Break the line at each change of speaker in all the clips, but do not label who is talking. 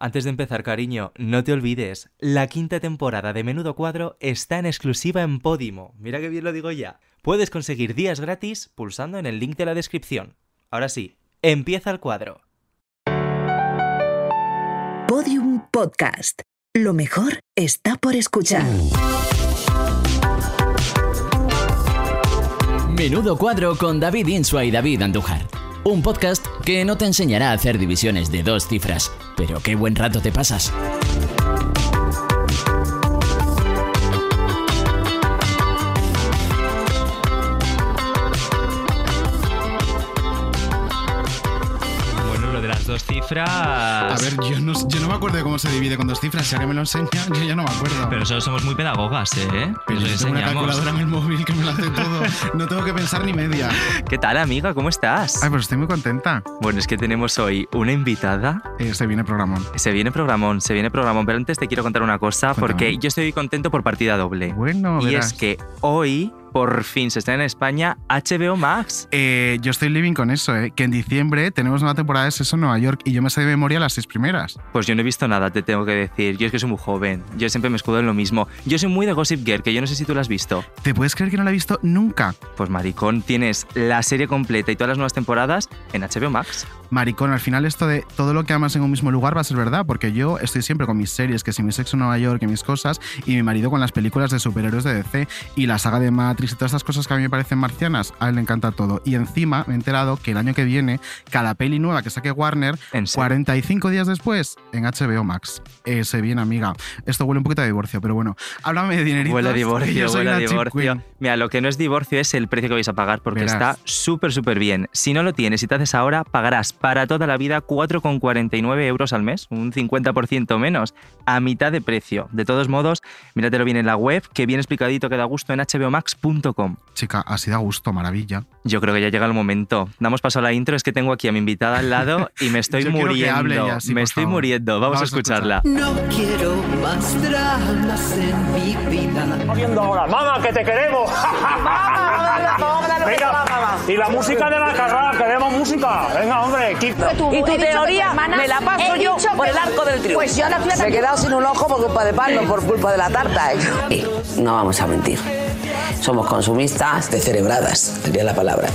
Antes de empezar, cariño, no te olvides, la quinta temporada de Menudo Cuadro está en exclusiva en Podimo. Mira que bien lo digo ya. Puedes conseguir días gratis pulsando en el link de la descripción. Ahora sí, empieza el cuadro.
Podium Podcast. Lo mejor está por escuchar.
Menudo cuadro con David Insua y David Andújar. Un podcast que no te enseñará a hacer divisiones de dos cifras, pero qué buen rato te pasas.
Bueno, lo de las dos cifras.
A ver, yo no, yo no me acuerdo de cómo se divide con dos cifras. Si alguien me lo enseña, yo ya no me acuerdo.
Pero nosotros somos muy pedagogas, ¿eh?
Pero
Nos
yo
lo
tengo una
enseñamos.
calculadora en el móvil que me lo hace todo. No tengo que pensar ni media.
¿Qué tal, amiga? ¿Cómo estás?
Ay, pues estoy muy contenta.
Bueno, es que tenemos hoy una invitada
Eh, se viene programón.
Se viene programón, se viene programón, pero antes te quiero contar una cosa
Cuéntame.
porque yo estoy contento por partida doble.
Bueno,
y
verás.
es que hoy por fin se estrena en España HBO Max.
Eh, yo estoy living con eso, eh, que en diciembre tenemos una temporada de Seso en Nueva York y yo me sé de memoria las seis primeras.
Pues yo no he visto nada, te tengo que decir. Yo es que soy muy joven, yo siempre me escudo en lo mismo. Yo soy muy de Gossip Girl, que yo no sé si tú la has visto.
¿Te puedes creer que no la he visto nunca?
Pues maricón, tienes la serie completa y todas las nuevas temporadas en HBO Max.
Maricón, al final esto de todo lo que amas en un mismo lugar va a ser verdad, porque yo estoy siempre con mis series, que si mi sexo en Nueva York, que mis cosas, y mi marido con las películas de superhéroes de DC y la saga de Matrix y todas estas cosas que a mí me parecen marcianas, a él le encanta todo. Y encima me he enterado que el año que viene, cada peli nueva que saque Warner,
En serio.
45 días después, en HBO Max. Eh, se viene, amiga. Esto huele un poquito a divorcio, pero bueno, háblame de dineritos.
Huele a
que
divorcio,
yo soy
huele a
una chip
divorcio.
queen.
Mira, lo que no es divorcio es el precio que vais a pagar porque
Verás.
está súper, súper bien. Si no lo tienes y te haces ahora, pagarás para toda la vida 4,49 euros al mes, un 50% menos, a mitad de precio. De todos modos, míratelo bien en la web, que bien explicadito que da gusto en hbomax.com.
Chica, así da gusto, maravilla.
Yo creo que ya llega el momento. Damos paso a la intro, es que tengo aquí a mi invitada al lado y me estoy
Yo quiero que hable
muriendo.
ya, sí,
me
por
estoy
favor.
muriendo. Vamos, a escucharla.
No quiero más dramas en mi vida.
viendo ahora. ¡Mamá, que te queremos! Venga, y la música de la carrera, queremos música. Venga, hombre, quita.
y tu
he dicho que
teoría
hermana-
me la paso
he
yo
dicho
por
que-
el arco del triunfo.
Pues yo no fui a
Me he quedado sin un ojo por culpa de Pablo, por culpa de la tarta. ¿eh? Y no vamos a mentir. Somos consumistas.
Descerebradas sería la palabra.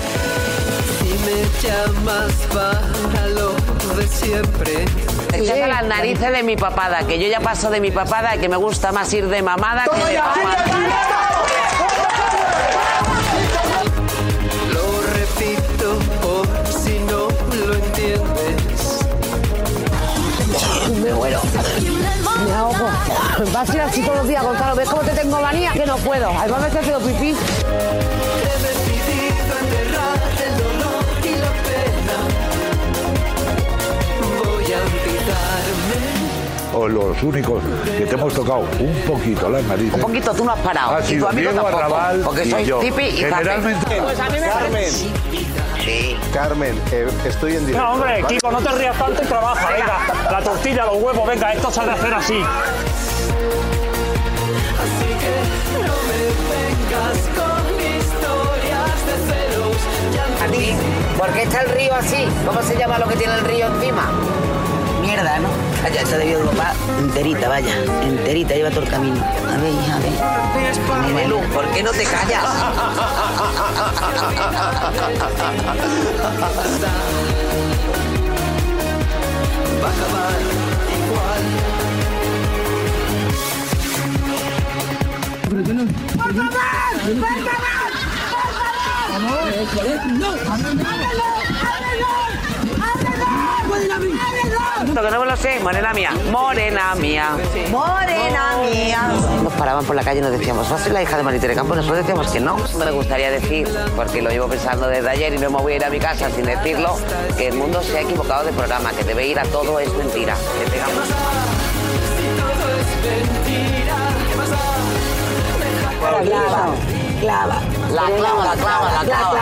Si me llamas para lo de siempre.
Estás a las narices de mi papada, que yo ya paso de mi papada y que me gusta más ir de mamada que de papada.
Lo repito por si no lo entiendes.
Me muero. Me ahogo. Vas a ir así todos los días, Gonzalo. ¿Ves cómo te tengo manía? Que no puedo. Además me estoy haciendo pipí.
He decidido enterrar el dolor y la pena. Voy a olvidarme.
o los únicos que te hemos tocado un poquito las narices.
Un poquito tú no has parado.
Ha
y tu
sido
amigo
Diego
tampoco.
Arrabal
porque
y
soy
yo.
tipi y café.
Generalmente-
Pues a mí me parece-
Carmen, estoy en
Venga, hombre, Kiko, no te rías tanto y trabaja. Venga, la tortilla, los huevos, venga, esto se ha de hacer así.
Así que no me vengas con historias de celos.
A ti. ¿Por qué está el río así? ¿Cómo se llama lo que tiene el río encima? Mierda, ¿no? Allá está debido papá enterita, vaya. Enterita, lleva todo el camino. A ver, hija, a ver. Mira, Lu, ¿por qué no te callas?
Va a acabar igual.
Lo que no me lo sé, morena mía. Morena mía.
Morena mía.
Nos paraban por la calle y nos decíamos, ¿vas a ser la hija de Maritere Campos? Nosotros decíamos que no. Me gustaría decir, porque lo llevo pensando desde ayer y no me voy a ir a mi casa sin decirlo, que el mundo se ha equivocado de programa, que debe ir a todo es mentira. Te pegamos.
Si todo es mentira, ¿qué más da?
Clava, clava.
La clava, la clava, la clava.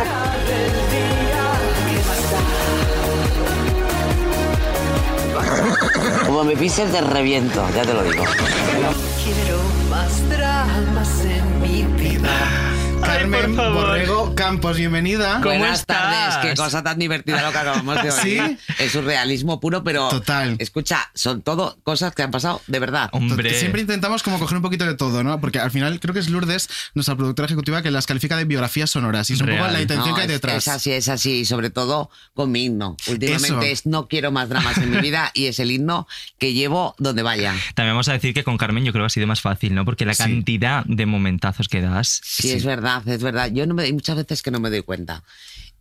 Como me pises de reviento, ya te lo digo.
Quiero más dramas en mi vida.
Carmen
favor.
Borrego Campos, bienvenida.
Buenas
tardes, qué cosa tan divertida lo que acabamos de oír. Es un realismo puro, pero. Total. Escucha, son todo cosas que han pasado de verdad.
Entonces, Siempre intentamos como coger un poquito de todo, ¿no? Porque al final creo que es Lourdes, nuestra productora ejecutiva, que las califica de biografías sonoras. Y es un poco la intención
No,
que hay
es-
detrás.
Es, así, es así, y sobre todo con mi himno. Últimamente
Eso.
es no quiero más dramas en mi vida y es el himno que llevo donde vaya.
También vamos a decir que con Carmen yo creo que ha sido más fácil, ¿no? Porque la
Sí.
cantidad de momentazos que das.
Sí, es verdad, es verdad. Yo no me, hay muchas veces que no me doy cuenta.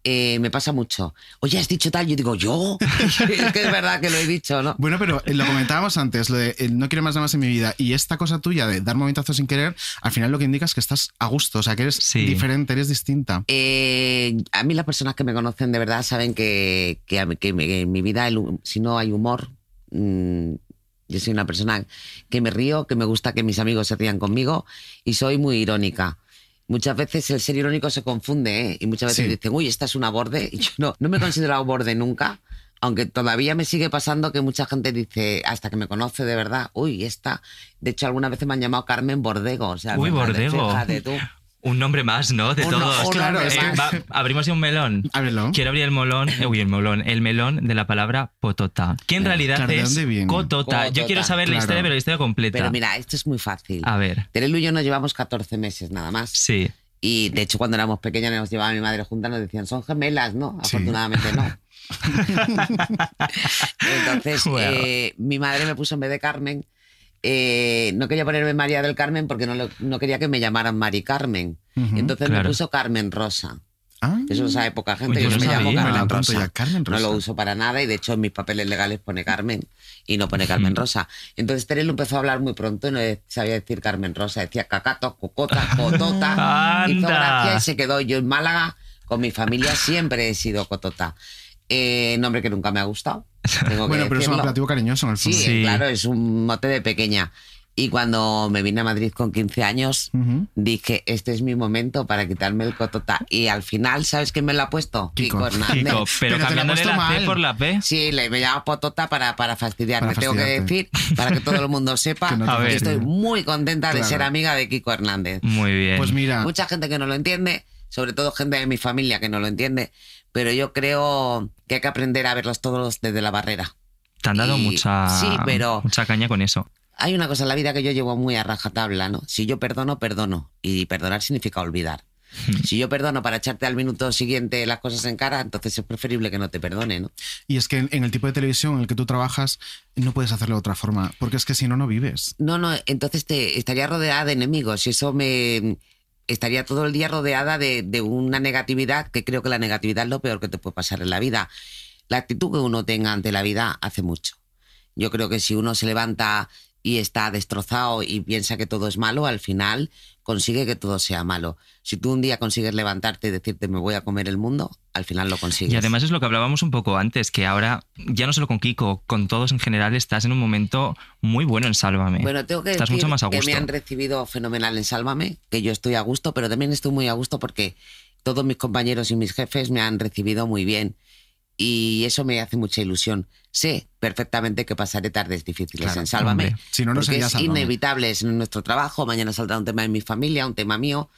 Eh, me pasa mucho. Oye, has dicho tal, yo digo yo. es que es verdad que lo he dicho, ¿no?
Bueno, pero eh, lo comentábamos antes, lo de eh, no quiero más nada más en mi vida. Y esta cosa tuya de dar momentazos sin querer, al final lo que indica es que estás a gusto, o sea, que eres diferente, eres distinta.
Eh, a mí las personas que me conocen de verdad saben que, que a mí- que me- que en mi vida, el hu- si no hay humor, mm, yo soy una persona que me río, que me gusta que mis amigos se rían conmigo y soy muy irónica. Muchas veces el ser irónico se confunde ¿eh? y muchas veces
Sí.
dicen, uy, esta es una borde. Y yo no, no me he considerado borde nunca, aunque todavía me sigue pasando que mucha gente dice, hasta que me conoce de verdad, uy, esta. De hecho, algunas veces me han llamado Carmen Bordego. O sea,
Uy,
fíjate,
Bordego.
Fíjate tú.
Un nombre más, ¿no? De
Un no-
todos.
un Claro, nombre es que- más.
va- abrimos ya un melón. Quiero abrir el melón. eh, Uy, el melón. El melón de la palabra potota. Que en realidad
Claro, Eh, ¿de
es
dónde viene?
cotota. Yo
Cotota,
quiero saber la
claro.
historia, pero la historia completa.
Pero mira, esto es muy fácil.
A ver.
Terelu y yo nos llevamos 14 meses nada más.
Sí.
Y de hecho, cuando éramos pequeñas nos llevaba mi madre juntas, nos decían, son gemelas, ¿no? Afortunadamente no. Entonces,
Bueno.
eh, mi madre me puso en vez de Carmen. eh, no quería ponerme María del Carmen porque no, lo- no quería que me llamaran Mari Carmen.
Ujú,
Entonces me
claro.
puso Carmen Rosa.
Ah.
Eso lo sabe poca gente.
Uy,
Yo
yo
me
no
llamo
sabía. Me la
Carmen
apunto
Rosa.
ya, Carmen Rosa.
No lo uso para nada y de hecho en mis papeles legales pone Carmen y no pone Carmen Rosa. Entonces Terelu empezó a hablar muy pronto y no de- sabía decir Carmen Rosa. Decía cacato, cocota, cotota. Hizo
Anda.
gracia y se quedó yo en Málaga. Con mi familia siempre he sido cotota. Eh, nombre que nunca me ha gustado. tengo que
Bueno, pero es un
decirlo.
apelativo cariñoso en el
Sí, eh,
fondo.
claro, es un mote de pequeña. Y cuando me vine a Madrid con 15 años,
Ujú.
dije, este es mi momento para quitarme el cotota. Y al final, ¿sabes quién me lo ha puesto? Kiko,
Kiko,
Hernández.
pero Pero te lo ha cambiándole puesto la C mal. por la B.
Sí, le, me llama potota para, para fastidiarme,
Para
tengo que decir,
fastidiarte.
para que todo el mundo sepa
Que no te
que
A ver.
estoy muy contenta de
Claro. Ah.
ser amiga de Kiko Hernández.
Muy bien.
Pues
Pues
Mucha gente que no lo entiende, sobre todo gente de mi familia que no lo entiende, pero yo creo que hay que aprender a verlos todos desde la barrera.
Te han dado
Y-
mucha,
sí, pero-
mucha caña con eso.
Hay una cosa en la vida que yo llevo muy a rajatabla, ¿no? Si yo perdono, perdono. Y perdonar significa olvidar. Si yo perdono para echarte al minuto siguiente las cosas en cara, entonces es preferible que no te perdone, ¿no?
Y es que en, en el tipo de televisión en el que tú trabajas, no puedes hacerlo de otra forma, porque es que si no, no vives.
No, no, entonces te estaría rodeada de enemigos y eso me estaría todo el día rodeada de, de una negatividad, que creo que la negatividad es lo peor que te puede pasar en la vida. La actitud que uno tenga ante la vida hace mucho. Yo creo que si uno se levanta y está destrozado y piensa que todo es malo, al final consigue que todo sea malo. Si tú un día consigues levantarte y decirte me voy a comer el mundo, al final lo consigues.
Y además es lo que hablábamos un poco antes, que ahora, ya no solo con Kiko, con todos en general, estás en un momento muy bueno en Sálvame.
Eh,
Bueno, tengo que
estás
decir
mucho más a
que
gusto.
me han recibido fenomenal en Sálvame, que yo estoy a gusto, pero también estoy muy a gusto porque todos mis compañeros y mis jefes me han recibido muy bien y eso me hace mucha ilusión. Sé perfectamente que pasaré tardes difíciles
Claro,
en Sálvame,
hombre. Si no, no
porque
sería
es
Sálvame.
inevitable, es nuestro trabajo, mañana saldrá un tema de mi familia, un tema mío,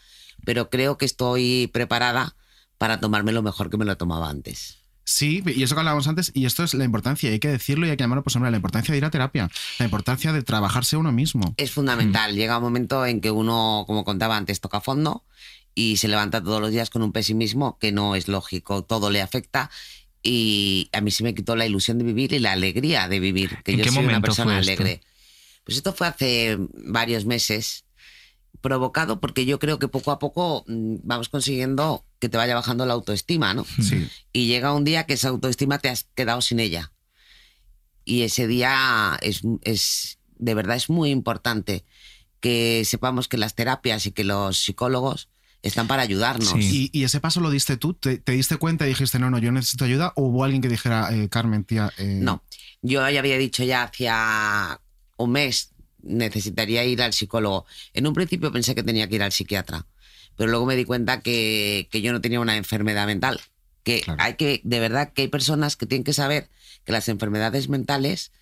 pero creo que estoy preparada para tomarme lo mejor que me lo tomaba antes.
Sí, y eso que hablábamos antes, y esto es la importancia, y hay que decirlo y hay que llamarlo, pues hombre, la importancia de ir a terapia, la importancia de trabajarse uno mismo.
Es
Mm.
fundamental. Llega un momento en que uno, como contaba antes, toca fondo y se levanta todos los días con un pesimismo que no es lógico. Todo le afecta. Y a mí se me quitó la ilusión de vivir y la alegría de vivir. Que
¿En
yo
qué
soy una
momento fue
persona
esto?
alegre. Pues esto fue hace varios meses, provocado porque yo creo que poco a poco mm, vamos consiguiendo que te vaya bajando la autoestima, ¿no?
Sí.
Y llega un día que esa autoestima te has quedado sin ella y ese día es, es- de verdad es muy importante que sepamos que las terapias y que los psicólogos están para ayudarnos.
Y, y ese paso lo diste tú, te, te diste cuenta y dijiste, no, no, yo necesito ayuda, o hubo alguien que dijera, eh, Carmen, tía. eh,
No, yo ya había dicho ya hacia un mes necesitaría ir al psicólogo. En un principio pensé que tenía que ir al psiquiatra, pero luego me di cuenta que, que yo no tenía una enfermedad mental. Que hay que, de verdad, que hay personas que tienen que saber que las enfermedades mentales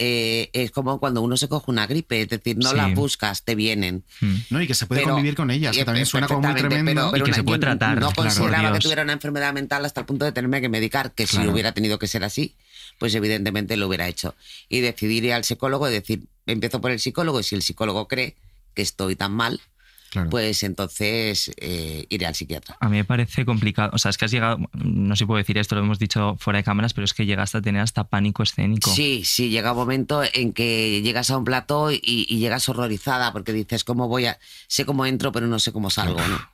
eh, es como cuando uno se coge una gripe, es decir, no
Sí.
las buscas, te vienen.
Mm.
No, y que se puede
Pero-
convivir con ellas, que
eh,
también suena como muy
perfectamente,
tremendo.
pero- pero una- yo No consideraba que tuviera una enfermedad mental hasta el punto de tenerme que medicar, que si
Claro.
hubiera tenido que ser así, pues evidentemente lo hubiera hecho. Y decidir ir al psicólogo y decir, empiezo por el psicólogo, y si el psicólogo cree que estoy tan mal,
Claro.
pues entonces eh, iré al psiquiatra.
A mí me parece complicado. O sea, es que has llegado, no sé si puedo decir esto, lo hemos dicho fuera de cámaras, pero es que llegaste a tener hasta pánico escénico.
Sí, sí, llega un momento en que llegas a un plató y, y llegas horrorizada porque dices, ¿cómo voy a...? Sé cómo entro, pero no sé cómo salgo, ¿no?
Ah.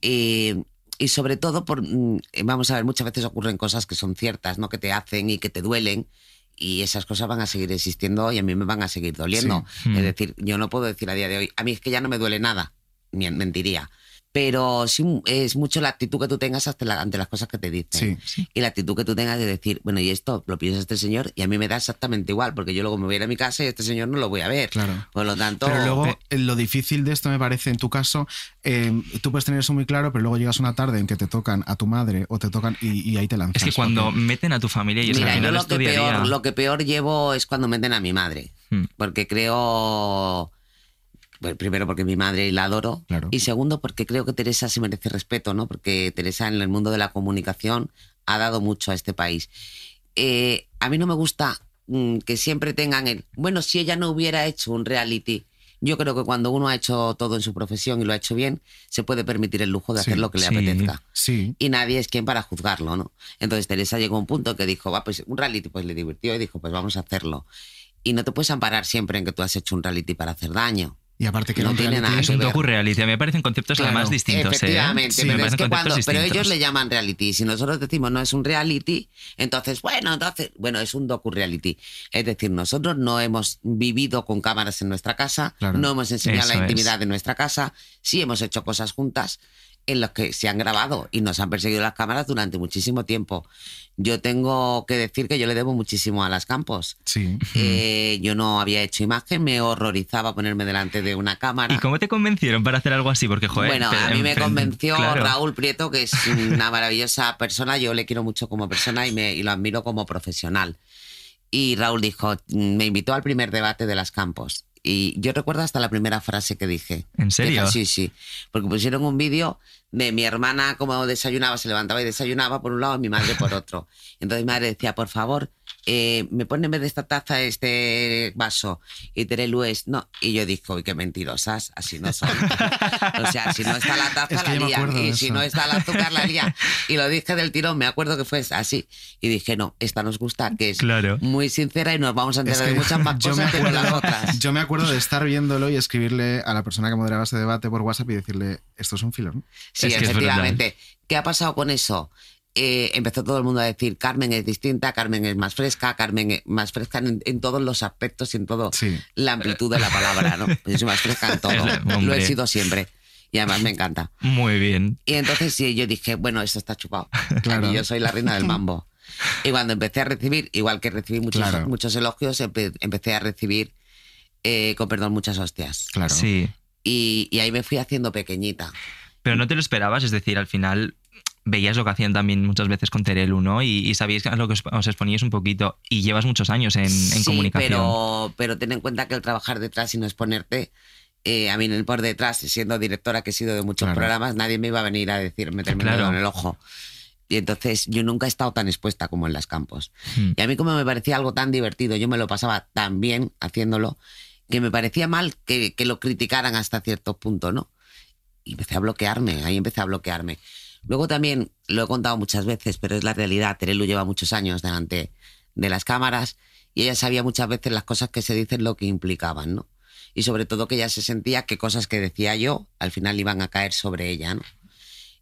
Y, y sobre todo, por, mm, vamos a ver, muchas veces ocurren cosas que son ciertas, ¿no? Que te hacen y que te duelen y esas cosas van a seguir existiendo y a mí me van a seguir doliendo.
Sí.
Hmm.
Mm.
Es decir, yo no puedo decir a día de hoy, a mí es que ya no me duele nada, Mien- mentiría. Pero sí es mucho la actitud que tú tengas ante, la- ante las cosas que te dicen. Y la actitud que tú tengas de decir, bueno, y esto lo piensa este señor y a mí me da exactamente igual, porque yo luego me voy a ir a mi casa y este señor no lo voy a ver.
Claro.
Por lo tanto...
Pero luego eh, lo difícil de esto me parece, en tu caso, eh, tú puedes tener eso muy claro, pero luego llegas una tarde en que te tocan a tu madre o te tocan y, y ahí te lanzas.
Es que cuando
porque-
meten a tu familia y es que
Mira,
al
yo
final
lo
es tu
que,
día a
peor,
día.
lo que peor llevo es cuando meten a mi madre.
Hmm.
Porque creo. bueno, primero, porque mi madre la adoro. Y segundo, porque creo que Teresa se merece respeto, ¿no? Porque Teresa en el mundo de la comunicación ha dado mucho a este país. Eh, a mí no me gusta mm, que siempre tengan el. Bueno, si ella no hubiera hecho un reality. Yo creo que cuando uno ha hecho todo en su profesión y lo ha hecho bien, se puede permitir el lujo de
Sí,
hacer lo que le
sí,
apetezca
Sí.
y nadie es quien para juzgarlo, ¿no? Entonces Teresa llegó a un punto que dijo, va, pues un reality, pues le divirtió y dijo, pues vamos a hacerlo. Y no te puedes amparar siempre en que tú has hecho un reality para hacer daño.
Y aparte que
no
era un
tiene
reality,
nada
Es
que
un
ver.
docu reality. Me parecen conceptos
Claro,
además distintos. ¿eh?
Efectivamente,
Me
pero, es
parecen
que cuando,
conceptos
pero ellos
distintos.
le llaman reality. Si nosotros decimos no es un reality, entonces, bueno, entonces, bueno, es un docu-reality. Es decir, nosotros no hemos vivido con cámaras en nuestra casa,
Claro.
no hemos enseñado
Eso
la intimidad
es.
de nuestra casa, sí hemos hecho cosas juntas en las que se han grabado y nos han perseguido las cámaras durante muchísimo tiempo. Yo tengo que decir que yo le debo muchísimo a las campos.
Sí.
Mm.
Eh, yo no había hecho imagen, me horrorizaba ponerme delante de una cámara.
¿Y cómo te convencieron para hacer algo así? Porque, joder.
Bueno,
te-
a mí me
enfren-
convenció
claro.
Raúl Prieto, que es una maravillosa persona. Yo le quiero mucho como persona y, me, y lo admiro como profesional. Y Raúl dijo, "Mm, me invitó al primer debate de las campos. Y yo recuerdo hasta la primera frase que dije.
¿En serio?
Dijo, sí, sí. Porque pusieron un vídeo de mi hermana como desayunaba, se levantaba y desayunaba por un lado y mi madre por otro. Entonces mi madre decía, por favor, eh, me ponen en vez de esta taza este vaso. Y Terelu es, no. Y yo dije, uy, qué mentirosas, así no son. O sea, si no está la taza,
Es que yo me
la
acuerdo
lía.
de
Y si
eso.
no está la azúcar, la lía. Y lo dije del tirón, me acuerdo que fue así. Y dije, no, esta nos gusta, que es muy sincera y nos vamos a
Es
enterar
que
de muchas más
yo me
cosas que no las
acuerdo-
otras.
Yo me acuerdo de estar viéndolo y escribirle a la persona que moderaba ese debate por WhatsApp y decirle, esto es un filón.
Sí,
¿eh?
efectivamente. ¿Qué ha pasado con eso? Eh, empezó todo el mundo a decir Carmen es distinta, Carmen es más fresca, Carmen es más fresca en, en todos los aspectos y en todo la amplitud de la palabra, ¿no? Yo soy más fresca en todo. Lo he
hombre.
sido siempre. Y además me encanta.
Muy bien.
Y entonces sí, yo dije, bueno, esto está chupado.
Claro.
Y yo soy la reina del mambo. Y cuando empecé a recibir, igual que recibí muchos,
Claro.
muchos elogios, empe- empecé a recibir, eh, con perdón, muchas hostias.
Claro.
Sí.
Y, y ahí me fui haciendo pequeñita.
Pero no te lo esperabas, es decir, al final veías lo que hacían también muchas veces con Terelu, ¿no? Y, y sabíais a lo que os, os exponíais un poquito. Y llevas muchos años en, en
sí,
comunicación.
Pero, pero ten en cuenta que el trabajar detrás y no exponerte, eh, a mí en el por detrás, siendo directora que he sido de muchos
Claro.
programas, nadie me iba a venir a decir, meterme el dedo
Claro.
en el ojo. Y entonces yo nunca he estado tan expuesta como en las campos.
Hmm.
Mm.
Y a mí como me parecía algo tan divertido, yo me lo pasaba tan bien haciéndolo, que me parecía mal que, que lo criticaran hasta cierto punto, ¿no? Y empecé a bloquearme, ahí empecé a bloquearme. Luego también, lo he contado muchas veces, pero es la realidad, Terelu lleva muchos años delante de las cámaras y ella sabía muchas veces las cosas que se dicen lo que implicaban, ¿no? Y sobre todo que ella se sentía que cosas que decía yo al final iban a caer sobre ella, ¿no?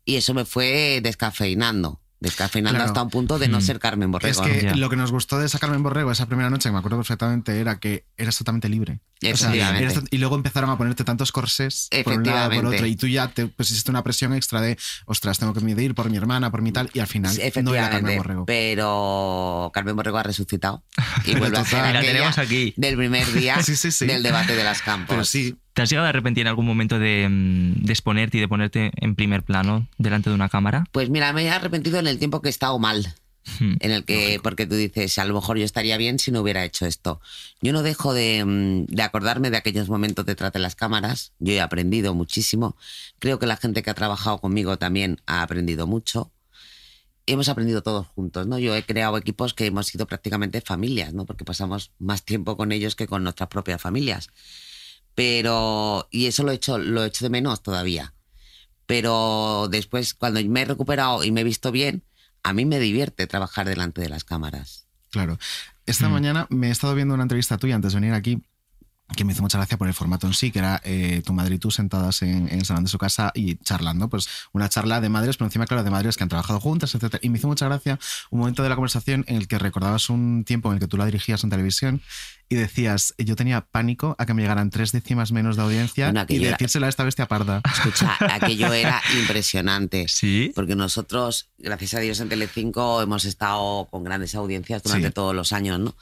Y eso me fue descafeinando, descafeinando
Claro.
hasta un punto de no
Mm.
ser Carmen Borrego.
Es que
¿no?
lo que nos gustó de esa Carmen Borrego esa primera noche, que me acuerdo perfectamente, era que eras totalmente libre. O sea,
Efectivamente.
eras to- y luego empezaron a ponerte tantos corsés por un lado, por
Efectivamente.
otro, y tú ya te pusiste una presión extra de, ostras, tengo que medir por mi hermana, por mi tal, y al final no era Carmen
Efectivamente,
Borrego.
pero Carmen Borrego ha resucitado y
Pero
vuelve a ser
total. La
aquella
tenemos
aquí.
del primer día
Sí, sí, sí.
del debate de las campos.
Pues
¿Te has llegado a arrepentir en algún momento de, mm, de exponerte y de ponerte en primer plano delante de una cámara? Hmm.
Pues mira, me he arrepentido en el tiempo que he estado mal.
Mm,
en el que, porque tú dices, a lo mejor yo estaría bien si no hubiera hecho esto. Yo no dejo de, mm, de acordarme de aquellos momentos detrás de las cámaras, yo he aprendido muchísimo, creo que la gente que ha trabajado conmigo también ha aprendido mucho. Hemos aprendido todos juntos, ¿no? Yo he creado equipos que hemos sido prácticamente familias, ¿no? Porque pasamos más tiempo con ellos que con nuestras propias familias. Pero, y eso lo he hecho, lo he hecho de menos todavía. Pero después, cuando me he recuperado y me he visto bien, a mí me divierte trabajar delante de las cámaras.
Claro. Esta mañana me he estado viendo una entrevista tuya antes de venir aquí que me hizo mucha gracia por el formato en sí, que era eh, tu madre y tú sentadas en, en el salón de su casa y charlando, pues una charla de madres, pero encima, claro, de madres que han trabajado juntas, etc. Y me hizo mucha gracia un momento de la conversación en el que recordabas un tiempo en el que tú la dirigías en televisión y decías, yo tenía pánico a que me llegaran tres décimas menos de audiencia
Bueno,
y
aquello era-
decírsela a esta bestia parda.
Escucha, aquello era impresionante. Eh, Sí. Porque nosotros, gracias a Dios en Telecinco, hemos estado con grandes audiencias durante
Sí.
todos los años, ¿no?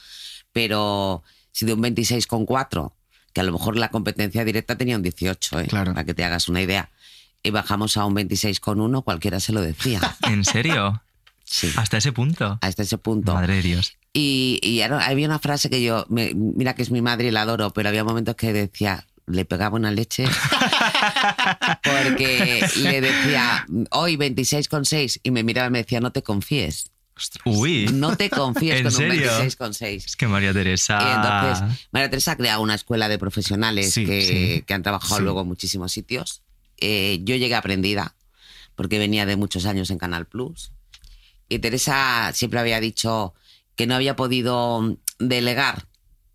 Pero si de un 26,4, que a lo mejor la competencia directa tenía un 18, ¿eh? para que te hagas una idea, y bajamos a un 26,1, cualquiera se lo decía.
¿En serio? Hasta ese punto.
Hasta ese punto.
Madre de Dios.
Y, y ahora había una frase que yo, me- mira que es mi madre y la adoro, pero había momentos que decía, le pegaba una leche. Porque le decía, hoy 26,6 y me miraba y me decía, no te confíes.
Uy.
No te confíes
¿En
con
serio?
un 26,6.
Es que María Teresa.
Y entonces, pues, María Teresa ha creado una escuela de profesionales
Ah. Sí,
que,
sí.
que han trabajado
Sí.
luego en muchísimos sitios. Eh, yo llegué aprendida porque venía de muchos años en Canal Plus. Y Teresa siempre había dicho que no había podido delegar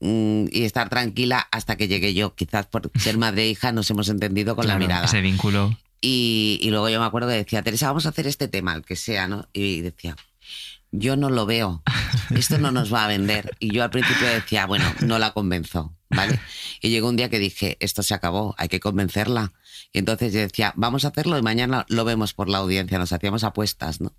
mm, y estar tranquila hasta que llegué yo. Quizás por ser madre e hija nos hemos entendido con la mirada.
Ese vínculo.
Y, y luego yo me acuerdo que decía, Teresa, vamos a hacer este tema, el que sea, ¿no? Y decía, yo no lo veo, esto no nos va a vender. Y yo al principio decía, bueno, no la convenzo, ¿vale? Y llegó un día que dije, esto se acabó, hay que convencerla. Y entonces yo decía, vamos a hacerlo y mañana lo vemos por la audiencia, nos hacíamos apuestas, ¿no?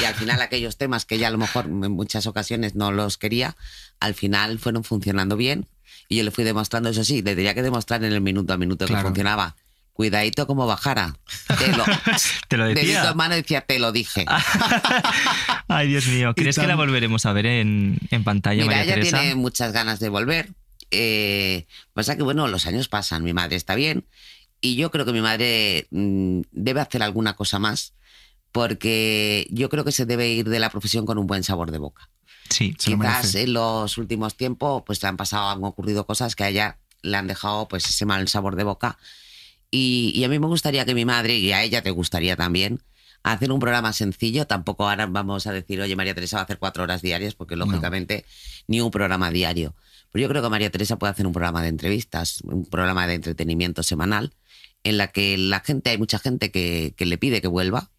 Y al final aquellos temas que ya a lo mejor en muchas ocasiones no los quería, al final fueron funcionando bien y yo le fui demostrando, eso sí, le tenía que demostrar en el minuto a minuto que
Claro.
funcionaba. Cuidadito como bajara. Te lo,
Te lo
Dedito
decía.
en mano decía, te lo dije.
Ay, Dios mío. ¿Crees que la volveremos a ver en, en pantalla,
Mira,
María
ella
Teresa?
tiene muchas ganas de volver. Eh, pasa que, bueno, los años pasan, mi madre está bien. Y yo creo que mi madre mm, debe hacer alguna cosa más, porque yo creo que se debe ir de la profesión con un buen sabor de boca.
Sí,
Quizás en los últimos tiempos, pues le han pasado, han ocurrido cosas que a ella le han dejado pues ese mal sabor de boca. Y, y a mí me gustaría que mi madre, y a ella te gustaría también, hacer un programa sencillo. Tampoco ahora vamos a decir, oye, María Teresa va a hacer cuatro horas diarias, porque lógicamente ni un programa diario. Pero yo creo que María Teresa puede hacer un programa de entrevistas, un programa de entretenimiento semanal, en la que la gente, hay mucha gente que, que le pide que vuelva.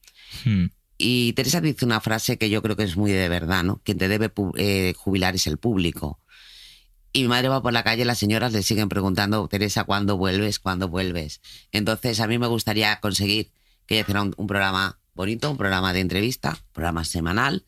Hmm.
Y Teresa dice una frase que yo creo que es muy de verdad, ¿no? Quien te debe pu- eh, jubilar es el público. Y mi madre va por la calle, las señoras le siguen preguntando, Teresa, ¿cuándo vuelves? ¿Cuándo vuelves? Entonces, a mí me gustaría conseguir que ella hiciera un, un programa bonito, un programa de entrevista, programa semanal.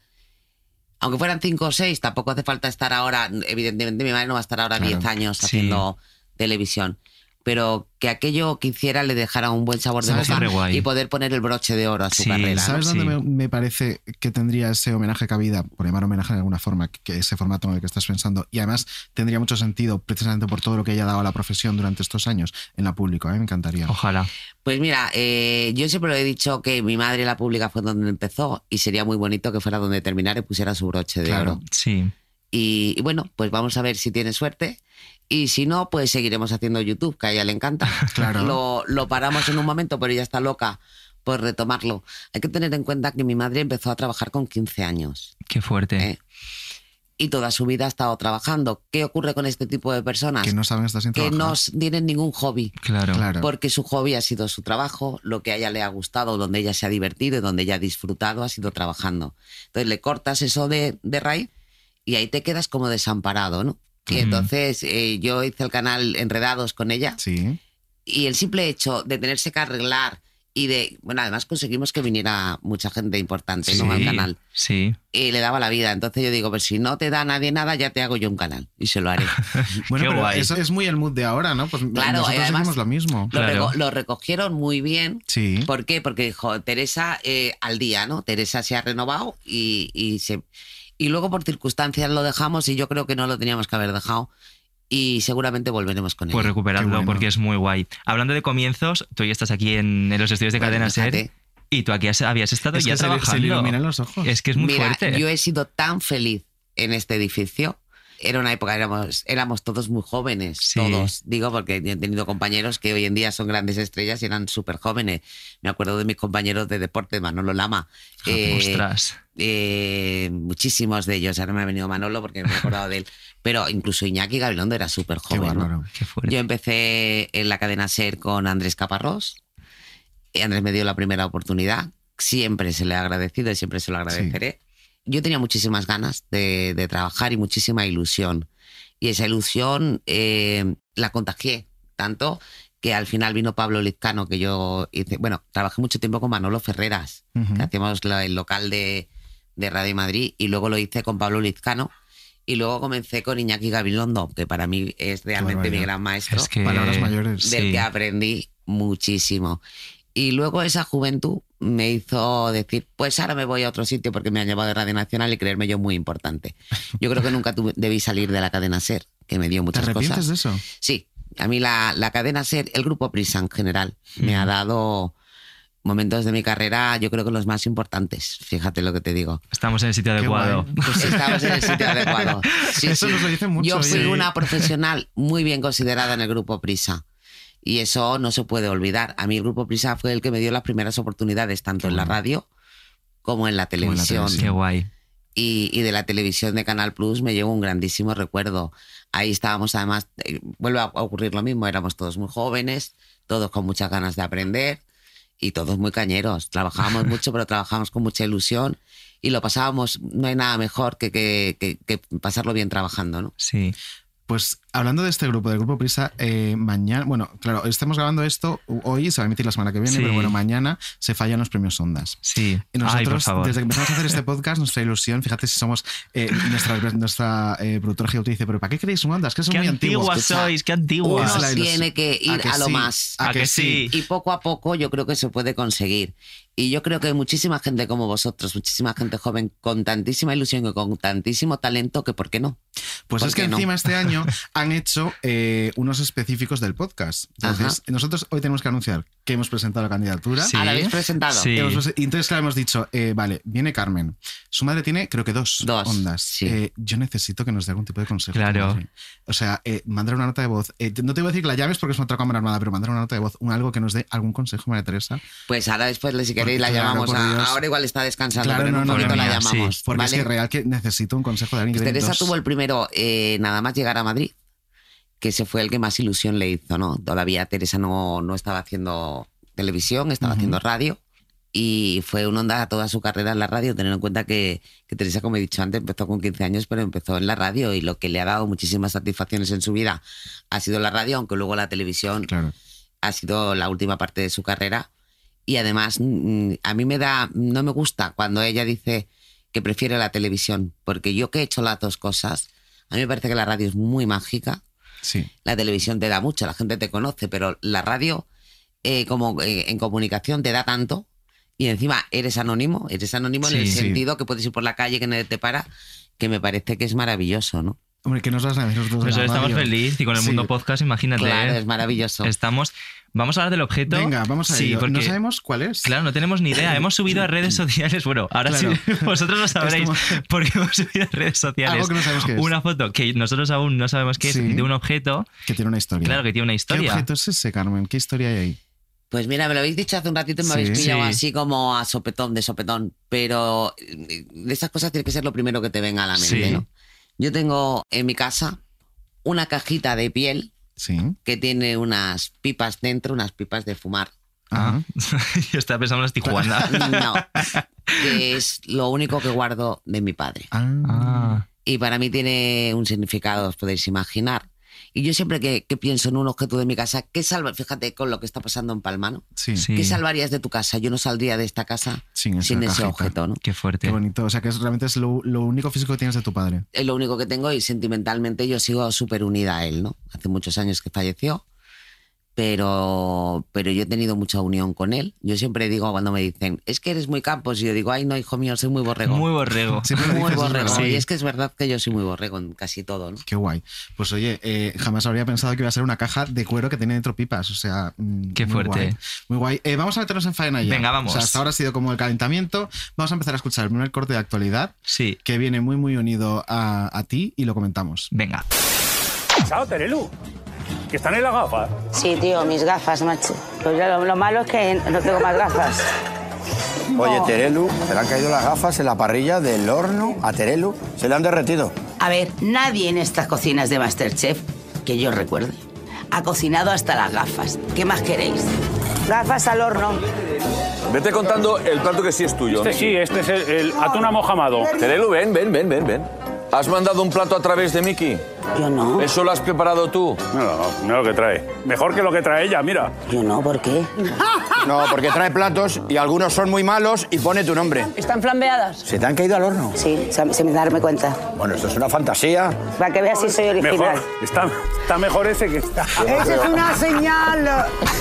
Aunque fueran cinco o seis, tampoco hace falta estar ahora, evidentemente mi madre no va a estar ahora 10 años
Sí.
haciendo televisión, pero que aquello que hiciera le dejara un buen sabor de
¿Sabes? Re
boca
guay.
y poder poner el broche de oro a su
Sí,
carrera. ¿no?
¿Sabes dónde me, me parece que tendría ese homenaje cabida, por llamar homenaje de alguna forma, que- que ese formato en el que estás pensando? Y además tendría mucho sentido precisamente por todo lo que ella ha dado a la profesión durante estos años en la público. ¿eh? Me encantaría.
Ojalá.
Pues mira, eh, yo siempre lo he dicho que mi madre la pública fue donde empezó y sería muy bonito que fuera donde terminara y pusiera su broche de oro.
Sí.
Y, y bueno, pues vamos a ver si tiene suerte. Y si no, pues seguiremos haciendo YouTube, que a ella le encanta.
Claro.
Lo, lo paramos en un momento, pero ella está loca por retomarlo. Hay que tener en cuenta que mi madre empezó a trabajar con 15 años
Qué fuerte.
Eh, y toda su vida ha estado trabajando. ¿Qué ocurre con este tipo de personas?
Que no saben estar sin
que
trabajar.
no s- tienen ningún hobby.
Claro. Claro.
Porque su hobby ha sido su trabajo, lo que a ella le ha gustado, donde ella se ha divertido y donde ella ha disfrutado, ha sido trabajando. Entonces le cortas eso de, de raíz y ahí te quedas como desamparado, ¿no? Y
Ujú.
entonces eh, yo hice el canal Enredados con ella
Sí.
y el simple hecho de tenerse que arreglar y de, bueno, además conseguimos que viniera mucha gente importante
Sí,
¿no? al canal.
Sí.
Y le daba la vida. Entonces yo digo, pues si no te da nadie nada, ya te hago yo un canal. Y se lo haré.
Bueno,
Qué
pero
guay.
eso es muy el mood de ahora, ¿no? Pues
Claro,
nosotros
y además-
hicimos lo mismo.
Lo, reco- lo recogieron muy bien.
Sí.
¿Por qué? Porque dijo, Teresa eh, al día, ¿no? Teresa se ha renovado y, y se... Y luego por circunstancias lo dejamos y yo creo que no lo teníamos que haber dejado y seguramente volveremos con él.
Pues recuperadlo
Qué bueno.
porque es muy guay. Hablando de comienzos, tú ya estás aquí en, en los estudios de
Bueno,
Cadena Ser
Pues fíjate.
y tú aquí has- habías estado
Es
ya
que se, le-
trabajando.
se le iluminan los ojos.
Es que es muy
Mira,
fuerte. ¿eh?
yo he sido tan feliz en este edificio. Era una época, éramos, éramos todos muy jóvenes,
Sí.
todos. Digo, porque he tenido compañeros que hoy en día son grandes estrellas y eran súper jóvenes. Me acuerdo de mis compañeros de deporte, Manolo Lama. eh,
Ah, Ostras.
eh, muchísimos de ellos. Ahora me ha venido Manolo porque no me he acordado de él. Pero incluso Iñaki Gabilondo era súper
Qué
joven. ¿no?
bárbaro.
Qué fuerte.
Yo empecé en la cadena SER con Andrés Caparrós. Eh, Andrés me dio la primera oportunidad. Siempre se le ha agradecido y siempre se lo agradeceré. Yo tenía muchísimas ganas de, de trabajar y muchísima ilusión. Y esa ilusión eh, la contagié tanto que al final vino Pablo Lizcano, que yo hice, bueno, trabajé mucho tiempo con Manolo Ferreras,
Ujú.
que hacíamos la- el local de, de Radio Madrid, y luego lo hice con Pablo Lizcano, y luego comencé con Iñaki Gabilondo, que para mí es realmente mi
barbaridad.
gran maestro,
Es que,
Palabras mayores.
del
sí.
que aprendí muchísimo. Y luego esa juventud me hizo decir, pues ahora me voy a otro sitio porque me han llevado de Radio Nacional y creerme yo muy importante. Yo creo que nunca tuve- debí salir de la cadena SER, que me dio
¿Te
muchas
arrepientes
cosas.
de eso?
Sí, a mí la, la cadena SER, el grupo Prisa en general, me ha dado momentos de mi carrera, yo creo que los más importantes. Fíjate lo que te digo.
Estamos en el sitio
Qué
adecuado.
guay. Pues sí.
Estamos en el sitio adecuado. Sí,
Eso
sí.
nos lo dicen mucho,
Yo fui
sí.
una profesional muy bien considerada en el grupo Prisa. Y eso no se puede olvidar. A mí el grupo Prisa fue el que me dio las primeras oportunidades, tanto en la radio como en la
en la
televisión.
Qué guay.
y, y de la televisión de Canal Plus me llevo un grandísimo recuerdo. Ahí estábamos, además, eh, vuelve a a ocurrir lo mismo, éramos todos muy jóvenes, todos con muchas ganas de aprender y todos muy cañeros. Trabajábamos mucho, pero trabajábamos con mucha ilusión y lo pasábamos, no hay nada mejor que, que- que- que pasarlo bien trabajando, ¿no?
Sí.
Pues hablando de este grupo, del grupo Prisa, eh, mañana, bueno, claro, estamos grabando esto hoy, se va a emitir la semana que viene,
Sí.
pero bueno, mañana se fallan los premios Ondas.
Sí.
Y
Ay, por
Nosotros,
favor.
desde que empezamos a hacer este podcast, nuestra ilusión, fijate si somos eh, nuestra, nuestra eh, productora Geo te dice, pero ¿para qué queréis ondas? Que son
Qué
muy antiguos.
antiguas sois, qué antiguas.
Esa es la ilusión.
tiene que ir a lo
sí?
más.
¿A,
¿A
que,
que
sí?
sí?
Y poco a poco yo creo que se puede conseguir. Y yo creo que hay muchísima gente como vosotros, muchísima gente joven, con tantísima ilusión y con tantísimo talento, que ¿por qué no?
Pues
¿Por
es que
qué no?
encima este año han hecho eh, unos específicos del podcast. Entonces, nosotros hoy tenemos que anunciar que hemos presentado la candidatura.
Sí.
Ah, ¿la habéis presentado?
Sí.
Hemos prese- y entonces, claro, hemos dicho, eh, vale, viene Carmen. Su madre tiene, creo que dos,
Dos,
ondas.
sí.
Eh, yo necesito que nos dé algún tipo de consejo.
Claro.
Madre. O sea, eh, mandar una nota de voz. Eh, no te voy a decir que la llames porque es una otra cámara armada, pero mandar una nota de voz, un, algo que nos dé algún consejo, María Teresa.
Pues ahora después, si queréis, la
Claro,
llamamos.
por
a-
Dios.
ahora igual está descansando,
Claro,
pero
no,
en un
no,
momento
no,
la
mira, sí,
llamamos.
Porque
¿vale?
es que real que necesito un consejo de alguien que
Pues
tiene
Teresa
dos.
tuvo el primero, eh, nada más llegar a Madrid, que se fue el que más ilusión le hizo, ¿no? Todavía Teresa no, no estaba haciendo televisión, estaba haciendo radio. Y fue un onda toda su carrera en la radio, teniendo en cuenta que, que Teresa, como he dicho antes, empezó con 15 años, pero empezó en la radio y lo que le ha dado muchísimas satisfacciones en su vida ha sido la radio, aunque luego la televisión
Claro.
ha sido la última parte de su carrera. Y además, mm, a mí me da, no me gusta cuando ella dice que prefiere la televisión, porque yo que he hecho las dos cosas, a mí me parece que la radio es muy mágica,
Sí.
la televisión te da mucho, la gente te conoce, pero la radio eh, como eh, en comunicación te da tanto y encima eres anónimo, eres anónimo en
Sí,
el
sí.
sentido que puedes ir por la calle que nadie te para, que me parece que es maravilloso, ¿no?
Hombre, que nos vas a decir nosotros. de
Nosotros
la
Pues estamos
radio?
felices y con el
Sí.
mundo podcast, imagínate.
Claro,
¿eh?
es maravilloso.
Estamos. Vamos a hablar del objeto.
Venga, vamos a
sí,
ello.
Porque,
No sabemos cuál es.
Claro, no tenemos ni idea. Hemos subido a redes sociales. Bueno, ahora
Claro.
sí, vosotros lo sabréis.
como-
Porque hemos subido a redes
Algo
sociales
que no sabemos qué es.
una foto que nosotros aún no sabemos qué es
Sí.
de un objeto.
Que tiene una historia.
Claro que tiene una
¿Qué
historia.
objeto es ese, Carmen? ¿Qué historia hay ahí?
Pues mira, me lo habéis dicho hace un ratito y me
Sí.
habéis pillado
Sí.
así como a sopetón de sopetón. Pero eh, de esas cosas tiene que ser lo primero que te venga a la mente,
Sí.
¿no? Yo tengo en mi casa una cajita de piel
Sí.
que tiene unas pipas dentro, unas pipas de fumar.
Ah,
Ajá.
yo estaba pensando en las Tijuana.
No. Que es lo único que guardo de mi padre.
Ah.
Ah,
Y para mí tiene un significado, os podéis imaginar. Y yo siempre que, que pienso en un objeto de mi casa, ¿qué salva? Fíjate con lo que está pasando en Palma, ¿no?
Sí.
Mm.
¿Qué salvarías de tu casa? Yo no saldría de esta casa sin,
esa
ese
cajita.
objeto, ¿no?
Qué fuerte.
Qué bonito. O sea, que es, realmente es lo, lo único físico que tienes de tu padre.
es lo único que tengo y sentimentalmente yo sigo súper unida a él, ¿no? Hace muchos años que falleció, pero, pero yo he tenido mucha unión con él. Yo siempre digo cuando me dicen, es que eres muy campos, y yo digo, ay no, hijo mío, soy muy borrego.
Muy borrego.
Muy borrego.
¿verdad?
Y es que es verdad que yo soy muy borrego en casi todo, ¿no?
Qué guay. Pues oye, eh, jamás habría pensado que iba a ser una caja de cuero que tiene dentro pipas. O sea, mm,
Qué
muy
fuerte.
guay. Muy guay. Eh, vamos a meternos en faena ya.
Venga, vamos.
O sea, hasta ahora ha sido como el calentamiento. Vamos a empezar a escuchar el primer corte de actualidad
Sí.
que viene muy, muy unido a, a ti y lo comentamos.
Venga.
Chao, Terelu. Que están en la gafa.
Sí, tío, mis gafas, macho. Pero ya lo, lo malo es que no tengo más gafas.
Oye, Terelu, se le han caído las gafas en la parrilla del horno a Terelu. Se le han derretido.
A ver, nadie en estas cocinas de Masterchef, que yo recuerde, ha cocinado hasta las gafas. ¿Qué más queréis? Gafas al horno.
Vete contando el plato que sí es tuyo.
Este sí, este es el, el atún amojamado.
Terelu, ven, ven, ven, ven, ven. ¿Has mandado un plato a través de Miki?
Yo no.
¿Eso lo has preparado tú?
No, no, no lo que trae. Mejor que lo que trae ella, mira.
Yo no, ¿por qué?
No, porque trae platos y algunos son muy malos y pone tu nombre.
Están flambeadas.
¿Se te han caído al horno?
Sí, se- sin darme cuenta.
Bueno, esto es una fantasía.
Para que veas si soy original.
Mejor. Está, está mejor ese que está.
Esa es una señal,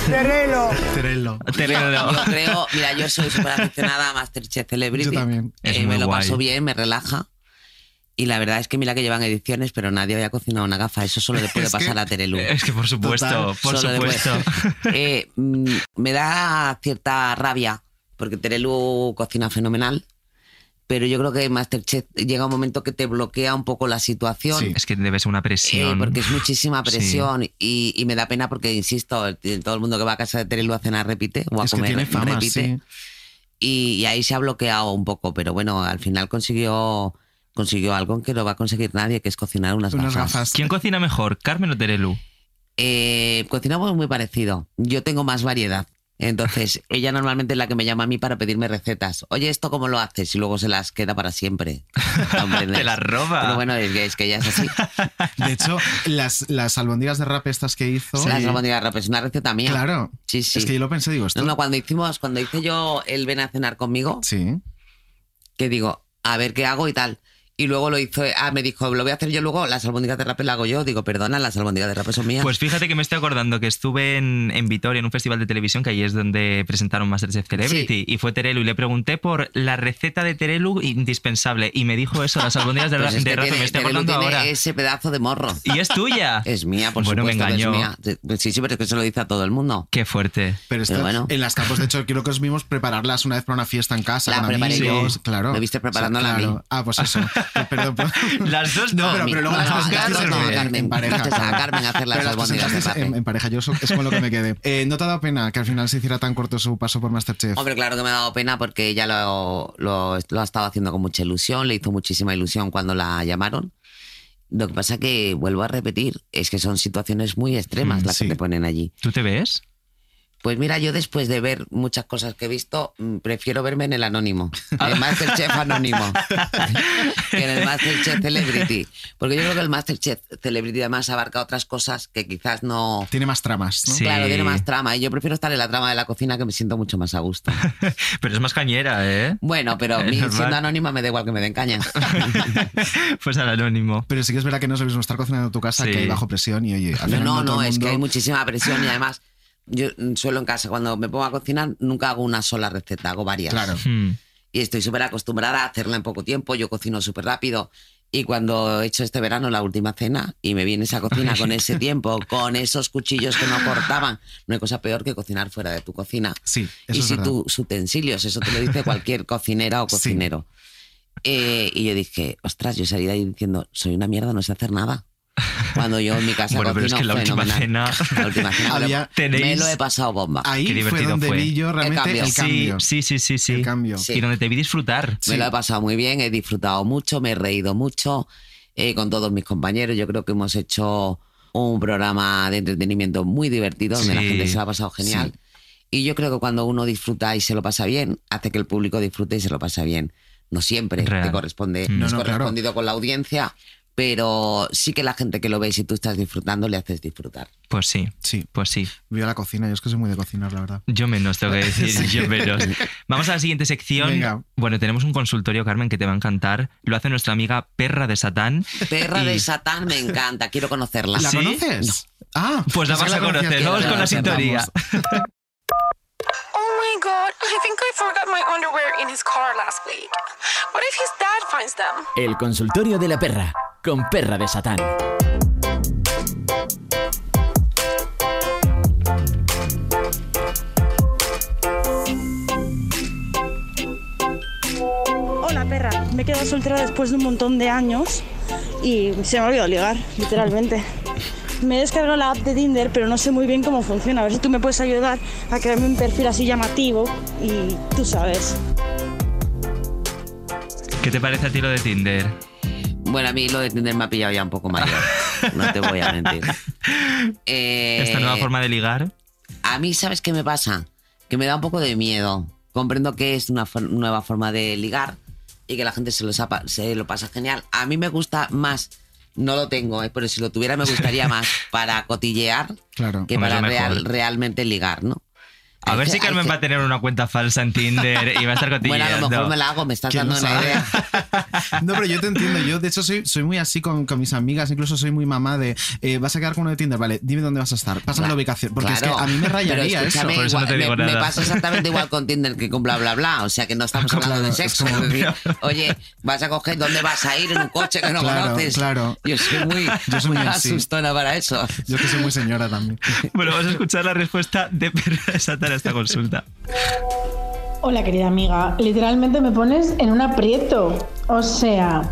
Terelo.
Terelo.
Terelo.
Yo creo, mira, yo soy súper aficionada a Masterchef Celebrity.
Yo también.
Es
Eh,
muy
me lo
guay.
paso bien, me relaja. Y la verdad es que mira que llevan ediciones, pero nadie había cocinado una gafa. Eso solo le puede
Es que-
pasar a Terelu.
Es que por supuesto,
Total,
por
Solo le puede-
supuesto.
Eh, mm, me da cierta rabia, porque Terelu cocina fenomenal. Pero yo creo que Masterchef llega un momento que te bloquea un poco la situación.
Sí.
Es que debe ser una
Eh,
presión.
porque es muchísima
Sí.
presión y, y me da pena porque, insisto, el- todo el mundo que va a casa de Terelu a cenar repite o a
es que
comer
tiene fama,
repite.
sí.
Y, y ahí se ha bloqueado un poco, pero bueno, al final consiguió, consiguió algo que no va a conseguir nadie, que es cocinar unas,
Unas
gafas.
gafas.
¿Quién cocina mejor, Carmen o Terelu?
Eh, cocinamos muy parecido. Yo tengo más variedad. Entonces, ella normalmente es la que me llama a mí para pedirme recetas. Oye, ¿esto cómo lo haces? Y luego se las queda para siempre. ¿Comprendes?
Te la roba.
Pero bueno, es que, es que ella es así.
De hecho, las, las albondiguas de rap estas que hizo.
Las
Sí.
albóndigas rapas, es una receta mía.
Claro.
Sí, sí.
Es que yo lo pensé, digo, esto.
No, no, cuando hicimos, cuando hice yo el ven a cenar conmigo,
Sí.
que digo, a ver qué hago y tal. Y luego lo hizo, ah, me dijo, lo voy a hacer yo luego, las albóndigas de rape las hago yo. Digo, perdona, las albóndigas de rape son mías.
Pues fíjate que me estoy acordando que estuve en, en Vitoria, en un festival de televisión, que ahí es donde presentaron Masterchef Celebrity, y fue Terelu, y le pregunté por la receta de Terelu indispensable, y me dijo eso, las albóndigas de,
Pues
ra-
es
de
que
rato,
tiene-
me estoy
Terelu
acordando
tiene
ahora.
ese pedazo de morro.
Y es tuya.
Es mía, por
bueno,
supuesto.
me
que
engañó.
Es mía. pues Sí, sí, pero es que se lo dice a todo el mundo.
Qué fuerte.
Pero, esto-
Pero bueno.
en las campos, de hecho, creo que os vimos prepararlas una vez para una fiesta en casa.
La
con
preparé
amigos,
yo.
claro.
Me viste preparándola a mí.
Ah, pues eso. Perdón. perdón.
Las dos
No,
no.
pero,
mi-
pero luego
no,
las
no,
presentasteis
claro, no,
en-
Carmen,
en pareja.
presentaste a Carmen a hacer las
Pero
albóndigas de
presentasteis
rape.
En, en pareja, yo eso- es con lo que me quedé. Eh, ¿No te ha dado pena que al final se hiciera tan corto su paso por Masterchef?
Hombre, claro que me ha dado pena porque ella lo, lo, lo ha estado haciendo con mucha ilusión, le hizo muchísima ilusión cuando la llamaron. Lo que pasa que, vuelvo a repetir, es que son situaciones muy extremas
Mm,
las
sí.
que te ponen allí.
¿Tú te ves?
Pues mira, yo después de ver muchas cosas que he visto, mm, prefiero verme en el anónimo,
Ah.
en el Masterchef anónimo, que en el Masterchef Celebrity. Porque yo creo que el Masterchef Celebrity además abarca otras cosas que quizás no...
Tiene más tramas, ¿no?
Sí.
Claro, tiene más trama. Y yo prefiero estar en la trama de la cocina que me siento mucho más a gusto.
Pero es más cañera, ¿eh?
Bueno, pero a
Es
mí,
normal.
siendo anónima me da igual que me den caña.
pues al anónimo.
Pero sí que es verdad que no es lo mismo estar cocinando en tu casa
Sí.
que hay bajo presión y oye, al
No,
final
no,
todo
no,
el
es que hay
mundo-
muchísima presión y además yo mm, suelo en casa, cuando me pongo a cocinar, nunca hago una sola receta, hago varias.
Claro.
Hmm.
y estoy súper acostumbrada a hacerla en poco tiempo. Yo cocino súper rápido. Y cuando he hecho este verano la última cena y me viene esa cocina con ese tiempo, con esos cuchillos que no cortaban, no hay cosa peor que cocinar fuera de tu cocina.
Sí, eso
y
es
sin
verdad.
tus utensilios, eso te lo dice cualquier cocinera o
Sí.
cocinero. Eh, y yo dije, ostras, yo salí de ahí diciendo, soy una mierda, no sé hacer nada. Cuando yo en mi casa
Bueno, pero es que
cocino
la última
fenomenal.
cena-
La última cena me lo-
Había-
me
Tenéis-
lo he pasado bomba.
Qué
Ahí fue
divertido
donde
fue.
vi yo realmente
cambio.
el
Sí,
cambio.
sí, sí, sí, sí.
El cambio.
Sí.
Y donde te vi disfrutar.
Me lo he pasado muy bien, he disfrutado mucho, me he reído mucho eh, con todos mis compañeros. Yo creo que hemos hecho un programa de entretenimiento muy divertido, donde la
Sí,
gente se lo ha pasado genial. Y yo creo que cuando uno disfruta y se lo pasa bien, hace que el público disfrute y se lo pasa bien. No siempre
Real.
te corresponde,
No,
no es
no, claro.
correspondido con la audiencia, pero sí que la gente que lo ve, si tú estás disfrutando, le haces disfrutar.
Pues sí, sí, pues sí.
Vivo la cocina, yo es que soy muy de cocinar, la verdad.
Yo menos, tengo que decir,
Sí.
yo menos. Vamos a la siguiente sección.
Venga.
Bueno, tenemos un consultorio, Carmen, que te va a encantar. Lo hace nuestra amiga Perra de Satán.
Perra
Y-
de Satán me encanta, quiero conocerla.
¿La ¿Sí? conoces?
Ah,
Pues la vas a conocer. Vamos con la sintonía.
Oh my god, I think I forgot my underwear in his car last week. What if his dad finds them?
El consultorio de la perra, con perra de Satán.
Hola perra, me he quedado soltera después de un montón de años y se me ha olvidado ligar, literalmente. Me he descargado la app de Tinder, pero no sé muy bien cómo funciona. A ver si tú me puedes ayudar a crearme un perfil así llamativo y tú sabes.
¿Qué te parece a ti lo de Tinder?
Bueno, a mí lo de Tinder me ha pillado ya un poco mayor, no te voy a mentir. Eh,
Esta nueva forma de ligar.
A mí, ¿sabes qué me pasa? Que me da un poco de miedo. Comprendo que es una for- nueva forma de ligar y que la gente se lo, sapa- se lo pasa genial. A mí me gusta más, no lo tengo, eh, pero si lo tuviera me gustaría más para cotillear
Claro.
que
Hombre,
para
es lo mejor.
real- realmente ligar, ¿no?
A ver
que-
si
hay
Carmen
que-
va a tener una cuenta falsa en Tinder y va a estar
Bueno,
cotilleando.
a lo mejor me la hago, me estás
¿Quién
dando
lo
una
sabe?
idea.
No, pero yo te entiendo. Yo, de hecho, soy, soy muy así con, con mis amigas. Incluso soy muy mamá de. eh, vas a quedar con uno de Tinder, vale. Dime dónde vas a estar. Pásame la
Claro,
ubicación. Porque es
claro.
que a mí me
Pero
rayaría eso.
escúchame, igual- me, me pasa exactamente igual con Tinder que con bla bla bla. O sea que no estamos
Claro,
hablando de
es
sexo.
como-
Es decir, Oye, vas a coger dónde vas a ir en un coche que no
Claro,
conoces.
claro.
Yo soy muy,
Yo soy muy
muy
así.
asustona para eso.
Yo que soy muy señora también.
Bueno, vamos a escuchar la respuesta de Perra de Satán a esta consulta.
Hola querida amiga, literalmente me pones en un aprieto. O sea,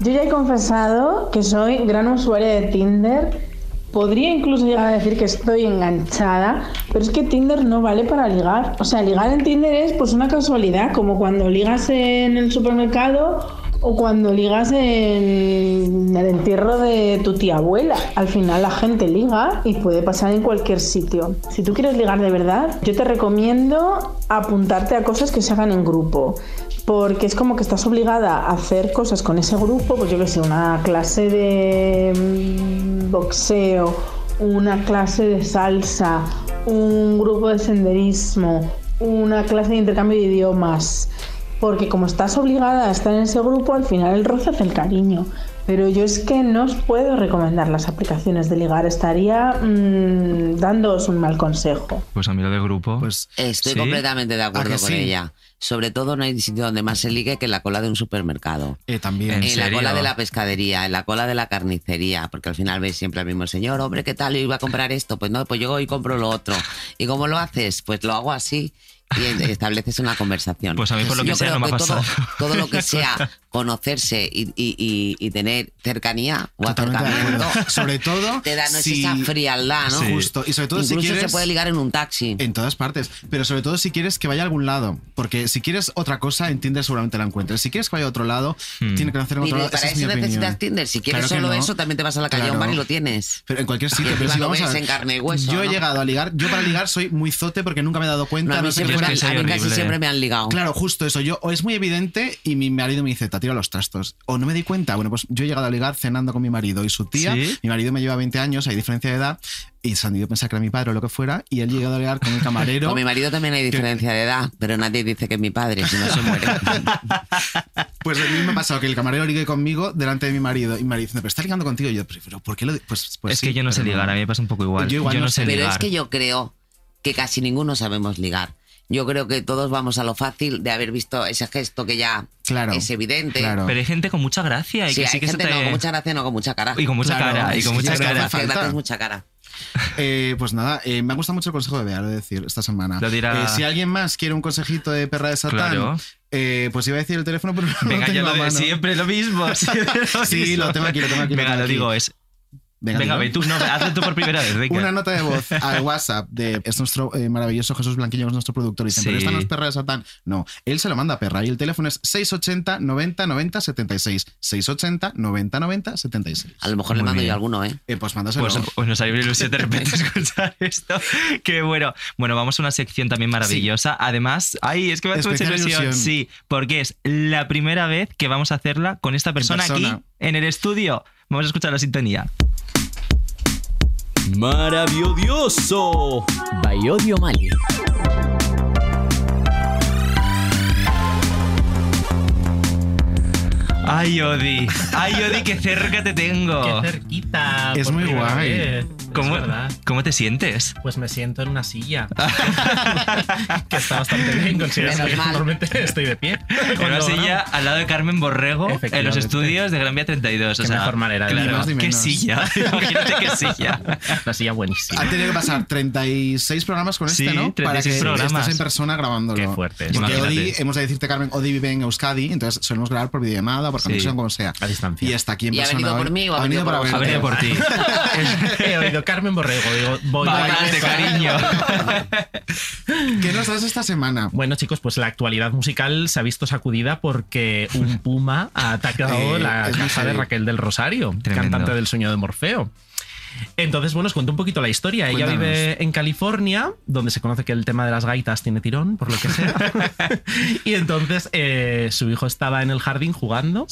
yo ya he confesado que soy gran usuaria de Tinder. Podría incluso llegar a decir que estoy enganchada, pero es que Tinder no vale para ligar. O sea, ligar en Tinder es pues una casualidad, como cuando ligas en el supermercado o cuando ligas en el entierro de tu tía abuela. Al final la gente liga y puede pasar en cualquier sitio. Si tú quieres ligar de verdad, yo te recomiendo apuntarte a cosas que se hagan en grupo. Porque es como que estás obligada a hacer cosas con ese grupo, pues yo que sé, una clase de mm, boxeo, una clase de salsa, un grupo de senderismo, una clase de intercambio de idiomas. Porque como estás obligada a estar en ese grupo, al final el roce hace el cariño. Pero yo es que no os puedo recomendar las aplicaciones de ligar, estaría mm, dándoos un mal consejo.
Pues a mí lo del grupo.
Pues
Estoy
¿Sí?
completamente de acuerdo
¿A
con
que sí?
ella. Sobre todo no hay sitio donde más se ligue que en la cola de un supermercado.
Eh, también.
En, la cola de la pescadería, en la cola de la carnicería, porque al final ves siempre al mismo señor, hombre, ¿qué tal? Yo iba a comprar esto, pues no, pues yo hoy compro lo otro. ¿Y cómo lo haces? Pues lo hago así y en- estableces una conversación.
Pues a mí por lo que
Yo
sea
creo
no me ha
que todo-
pasado.
Todo, lo que sea conocerse y, y- y- y tener cercanía o
Totalmente de
acercamiento,
acuerdo. Sobre todo.
te da no es
si-
esa frialdad, ¿no?
Sí. Justo. Y sobre todo si
Incluso se
quieres-
puede ligar en un taxi.
En todas partes. Pero sobre todo si quieres que vaya a algún lado. Porque si quieres otra cosa, en Tinder seguramente la encuentres. Si quieres que vaya a otro lado, tiene que hacer en
Y
otro lado.
para
Esa es
eso
mi opinión.
necesitas Tinder. Si quieres
Claro que
solo
no.
eso, también te vas a la calle a un
Claro.
bar y lo tienes.
Pero en cualquier
Y
sitio. Pero
encima
si
lo
vamos a
ves
ver,
en carne y hueso,
Yo he
¿no?
llegado a ligar. Yo para ligar soy muy zote porque nunca me he dado cuenta.
No, a mí
sé
siempre
qué
me-
tal.
a mí casi Horrible. siempre me han ligado.
Claro, justo eso. Yo o es muy evidente y mi marido me dice, te tiro los trastos. O no me di cuenta. Bueno, pues yo he llegado a ligar cenando con mi marido y su tía.
¿Sí?
Mi marido me lleva 20 años, hay diferencia de edad. Y se han ido a pensar que era mi padre o lo que fuera. Y él ha llegado a ligar con el camarero.
Con mi marido también hay diferencia de edad, pero nadie dice que es mi padre, si no se muere.
Pues a mí me ha pasado que el camarero ligue conmigo delante de mi marido y mi marido diciendo, pero está ligando contigo. Y yo, pero ¿por qué lo di-?" Pues, pues
es
sí,
que yo no sé
pero
ligar, a mí me pasa un poco igual.
Yo igual no
sé
sé. Pero
Pero
ligar.
es que yo creo que casi ninguno sabemos ligar. Yo creo que todos vamos a lo fácil de haber visto ese gesto que ya
Claro,
es evidente.
Pero hay gente con mucha gracia y
Sí,
que sí
hay
que se
gente
te...
no, con mucha gracia, no con mucha cara.
Y con mucha Claro, cara, y con sí, mucha es que cara. hace
Gracias,
falta.
gracias, mucha cara.
Eh, pues nada, eh, me ha gustado mucho el consejo de Bea, lo he de decir, esta semana.
Lo dirá-
Eh, si alguien más quiere un consejito de perra de Satán,
Claro.
eh, pues iba a decir el teléfono, pero no
Venga,
lo
ya
tengo
lo
a
de
mano.
siempre lo mismo. siempre lo
Sí,
mismo.
lo tengo aquí, lo tengo aquí, lo
Venga,
tengo
lo
aquí.
digo, es
Venga,
Venga,
dilo.
ve tú, no, ve, hazlo tú por primera vez. venga.
Una nota de voz al WhatsApp de es nuestro eh, maravilloso Jesús Blanquillo, que es nuestro productor. Y dicen,
Sí.
pero esta no es perra de Satán. No, él se lo manda a perra. Y el teléfono es 680 90 90 76. 680 90 90 76.
A lo mejor le
Muy
mando
bien.
yo alguno, ¿eh?
Eh, pues mándaselo.
Pues, pues nos ha ido ilusión de repente escuchar esto. Qué bueno. Bueno, vamos a una sección también maravillosa. Además, ay, es que me hace mucha
Especial
ilusión.
ilusión.
Sí, porque es la primera vez que vamos a hacerla con esta persona,
persona.
aquí en el estudio. Vamos a escuchar la sintonía.
¡Maravilloso! Bayodio Mali.
Ay, Odi. Ay, Odi, qué cerca te tengo.
Qué cerquita.
Es
por
muy
primera
guay.
vez.
¿Cómo,
Es verdad.
¿Cómo te sientes?
Pues me siento en una silla. que está bastante bien, considerando
Menos
que
mal.
normalmente estoy de pie.
En una
Cuando
silla al lado de Carmen Borrego en los
Efectivamente.
estudios de Gran Vía 32. o
Qué
sea,
mejor manera de
claro,
verlo.
qué silla. Imagínate qué silla.
La silla buenísima.
Ha tenido que pasar 36 programas con
Sí,
este, ¿no? Para
36
que
programas.
estés en persona grabándolo.
Qué fuerte.
Porque
Imagínate.
Odi, hemos de decirte, Carmen, Odi vive en Euskadi, entonces solemos grabar por videollamada, por
Sí.
conexión, como sea.
A distancia.
Y está aquí en
¿Y ha
persona.
venido
hoy.
por mí o ha
ha venido
venido por
para
vosotros?
verte.
Ha venido por ti. He oído Carmen Borrego. Digo, voy
Va,
a
adelante,
casa.
cariño. ¿Qué nos das esta semana?
Bueno, chicos, pues la actualidad musical se ha visto sacudida porque un puma ha atacado
Eh,
la
es muy
casa de
heavy.
Raquel del Rosario,
Tremendo.
cantante del sueño de Morfeo. Entonces, bueno, os cuento un poquito la historia. Ella
Cuéntanos.
vive en California, donde se conoce que el tema de las gaitas tiene tirón, por lo que sea. y entonces eh, su hijo estaba en el jardín jugando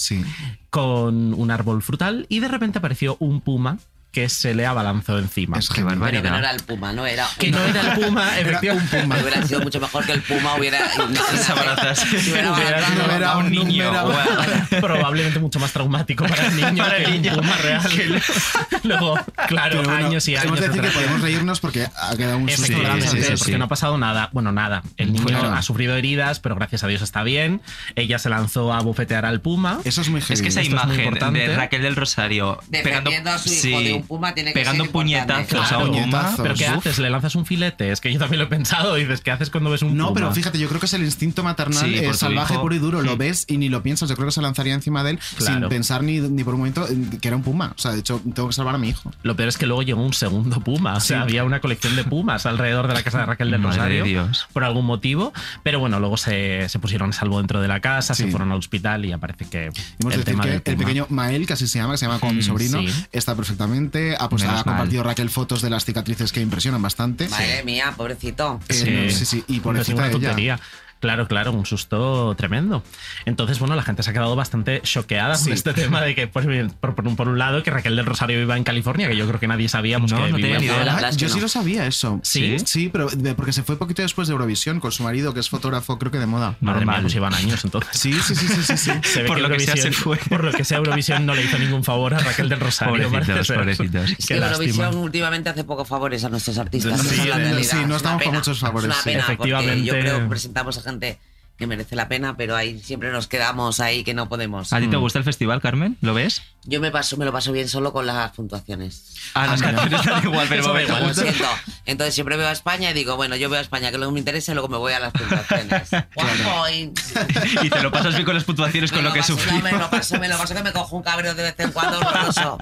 con un árbol frutal y de repente apareció un puma que se le abalanzó encima. Es que
Pero que no era el puma, no era.
Que no era el puma, efectivamente.
Hubiera sido mucho mejor que el puma hubiera. ¿eh?
Se
abrazase.
Si hubiera abrazado,
sido
no,
un
no,
niño.
hubiera-
Probablemente mucho más traumático para el niño
Para el
que
niño.
un puma real.
Que le-
Luego, claro,
Pero bueno,
años y años.
Hemos de decir que
de terapia.
podemos reírnos porque ha quedado un susto.
Efectivamente, porque no ha pasado nada. Bueno, nada. El niño
Claro.
ha sufrido heridas, pero gracias a Dios está bien. Ella se lanzó a bofetear al puma.
Eso es muy
Es que esa imagen de Raquel del Rosario
Defendiendo
pegando,
a su hijo de un puma tiene que
pegando
ser importante.
puñetazos a un puma.
¿Pero qué haces? ¿Le lanzas un filete? Es que yo también lo he pensado. Dices, ¿qué haces cuando ves un
No,
puma?
pero fíjate, yo creo que es el instinto maternal
Sí,
eh,
por tu
salvaje
hijo.
puro y duro. Lo
Mm.
ves y ni lo piensas. Yo creo que se lanzaría encima de él sin
Claro.
pensar ni, ni por un momento eh, que era un puma. O sea, de hecho, tengo que salvar a mi hijo.
Lo peor es que luego llegó un segundo puma. O sea,
Sí.
había una colección de pumas alrededor de la casa de Raquel del
Madre
Rosario.
de Dios.
Por algún motivo. Pero bueno, luego se, se pusieron a salvo dentro de la casa, se
Sí.
fueron al hospital y ya parece que.
Hemos
el
de decir
tema
que
del
el
puma.
pequeño Mael, que así se llama, que se llama como mi
Mm,
sobrino,
sí.
está perfectamente. Ha, pues,
Menos
ha
mal.
compartido Raquel fotos de las cicatrices que impresionan bastante.
Madre mía, pobrecito.
Eh, no, sí, sí, y por
No es
encima
ninguna
de ella.
tontería. Claro, claro, un susto tremendo. Entonces, bueno, la gente se ha quedado bastante choqueada
Sí.
con este tema de que, pues, bien, por, por un, por un lado, que Raquel del Rosario viva en California, que yo creo que nadie sabíamos que vivía en
Ah,
California.
Yo sí lo sabía eso.
¿Sí?
Sí, pero de- porque se fue poquito después de Eurovisión con su marido, que es fotógrafo, creo que de moda.
Madre mía, pues llevan años entonces.
Sí, sí, sí, sí, sí. sí.
Se ve
Por
que
lo que sea,
Eurovisión-
se fue.
Por lo que sea, Eurovisión no le hizo ningún favor a Raquel del Rosario.
Pobrecitos,
parece ser.
pobrecitos.
Es
Qué
que Eurovisión
lástima.
últimamente hace pocos favores a nuestros artistas.
Sí,
esa es la
sí,
realidad.
sí, no
Es una
estamos con
pena.
muchos favores,
Es una
sí.
pena, porque yo
Efectivamente.
creo que presentamos a gente que merece la pena, pero ahí siempre nos quedamos ahí que no podemos.
Mm.
¿A ti te gusta el festival, Carmen? ¿Lo ves?
Yo me paso, me lo paso bien solo con las puntuaciones.
Ah, las canciones dan igual, pero
Eso da
me
igual.
Lo siento. Entonces siempre veo a España y digo, bueno, yo veo a España, que luego me interesa y luego me voy a las puntuaciones. One point.
Y te lo pasas bien con las puntuaciones, con lo que
paso,
sufrimos.
Me lo paso, me lo paso, que me cojo un cabreo de vez en cuando horroroso.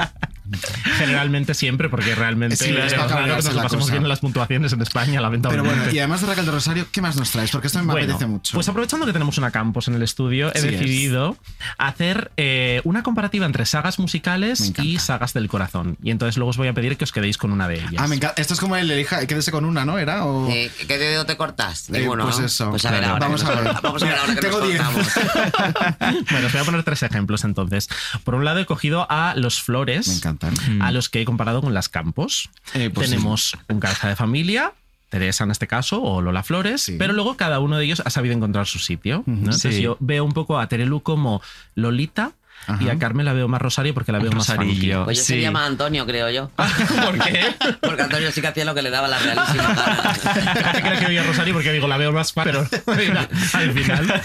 Generalmente siempre, porque realmente
Sí, es
es raro
para
que
cabrearse
nos lo
la
pasemos
cosa.
bien en las puntuaciones en España,
Pero
lamentablemente.
bueno, y además de Raquel de Rosario, ¿qué más nos traes? Porque esto me
Bueno,
apetece mucho.
Pues aprovechando que tenemos una campus en el estudio, he
Sí es.
decidido hacer eh, una comparativa entre sagas
Me
musicales
encanta.
y sagas del corazón. Y entonces luego os voy a pedir que os quedéis con una de ellas.
Ah, me encanta. Esto es como el elija, quédese con una, ¿no? ¿Era? O...
Eh, ¿Qué dedo te cortas?
Eh,
Ninguno.
pues
¿no?
eso.
Pues a ver
Claro.
ahora.
Vamos
que
a
nos-
ver.
Vamos a ver ahora que
Tengo
nos
diez.
cortamos.
Bueno, os voy a poner tres ejemplos entonces. Por un lado he cogido a los flores,
Me encantan.
a los que he comparado con las campos.
Mm. Eh, pues
Tenemos un cabeza de familia. Teresa en este caso, o Lola Flores, pero luego cada uno de ellos ha sabido encontrar su sitio. ¿no?
Ujú.
Entonces
Sí.
yo veo un poco a Terelu como Lolita
Ajá.
y a Carmen la veo más Rosario porque la veo
Rosarillo.
más
Pues yo
Sí.
se llama Antonio, creo yo.
funky. ¿Por qué?
Porque Antonio sí que hacía lo que le daba la realísima. gana.
Yo creo que veía a Rosario porque digo, la veo más fan, pero mira, al final.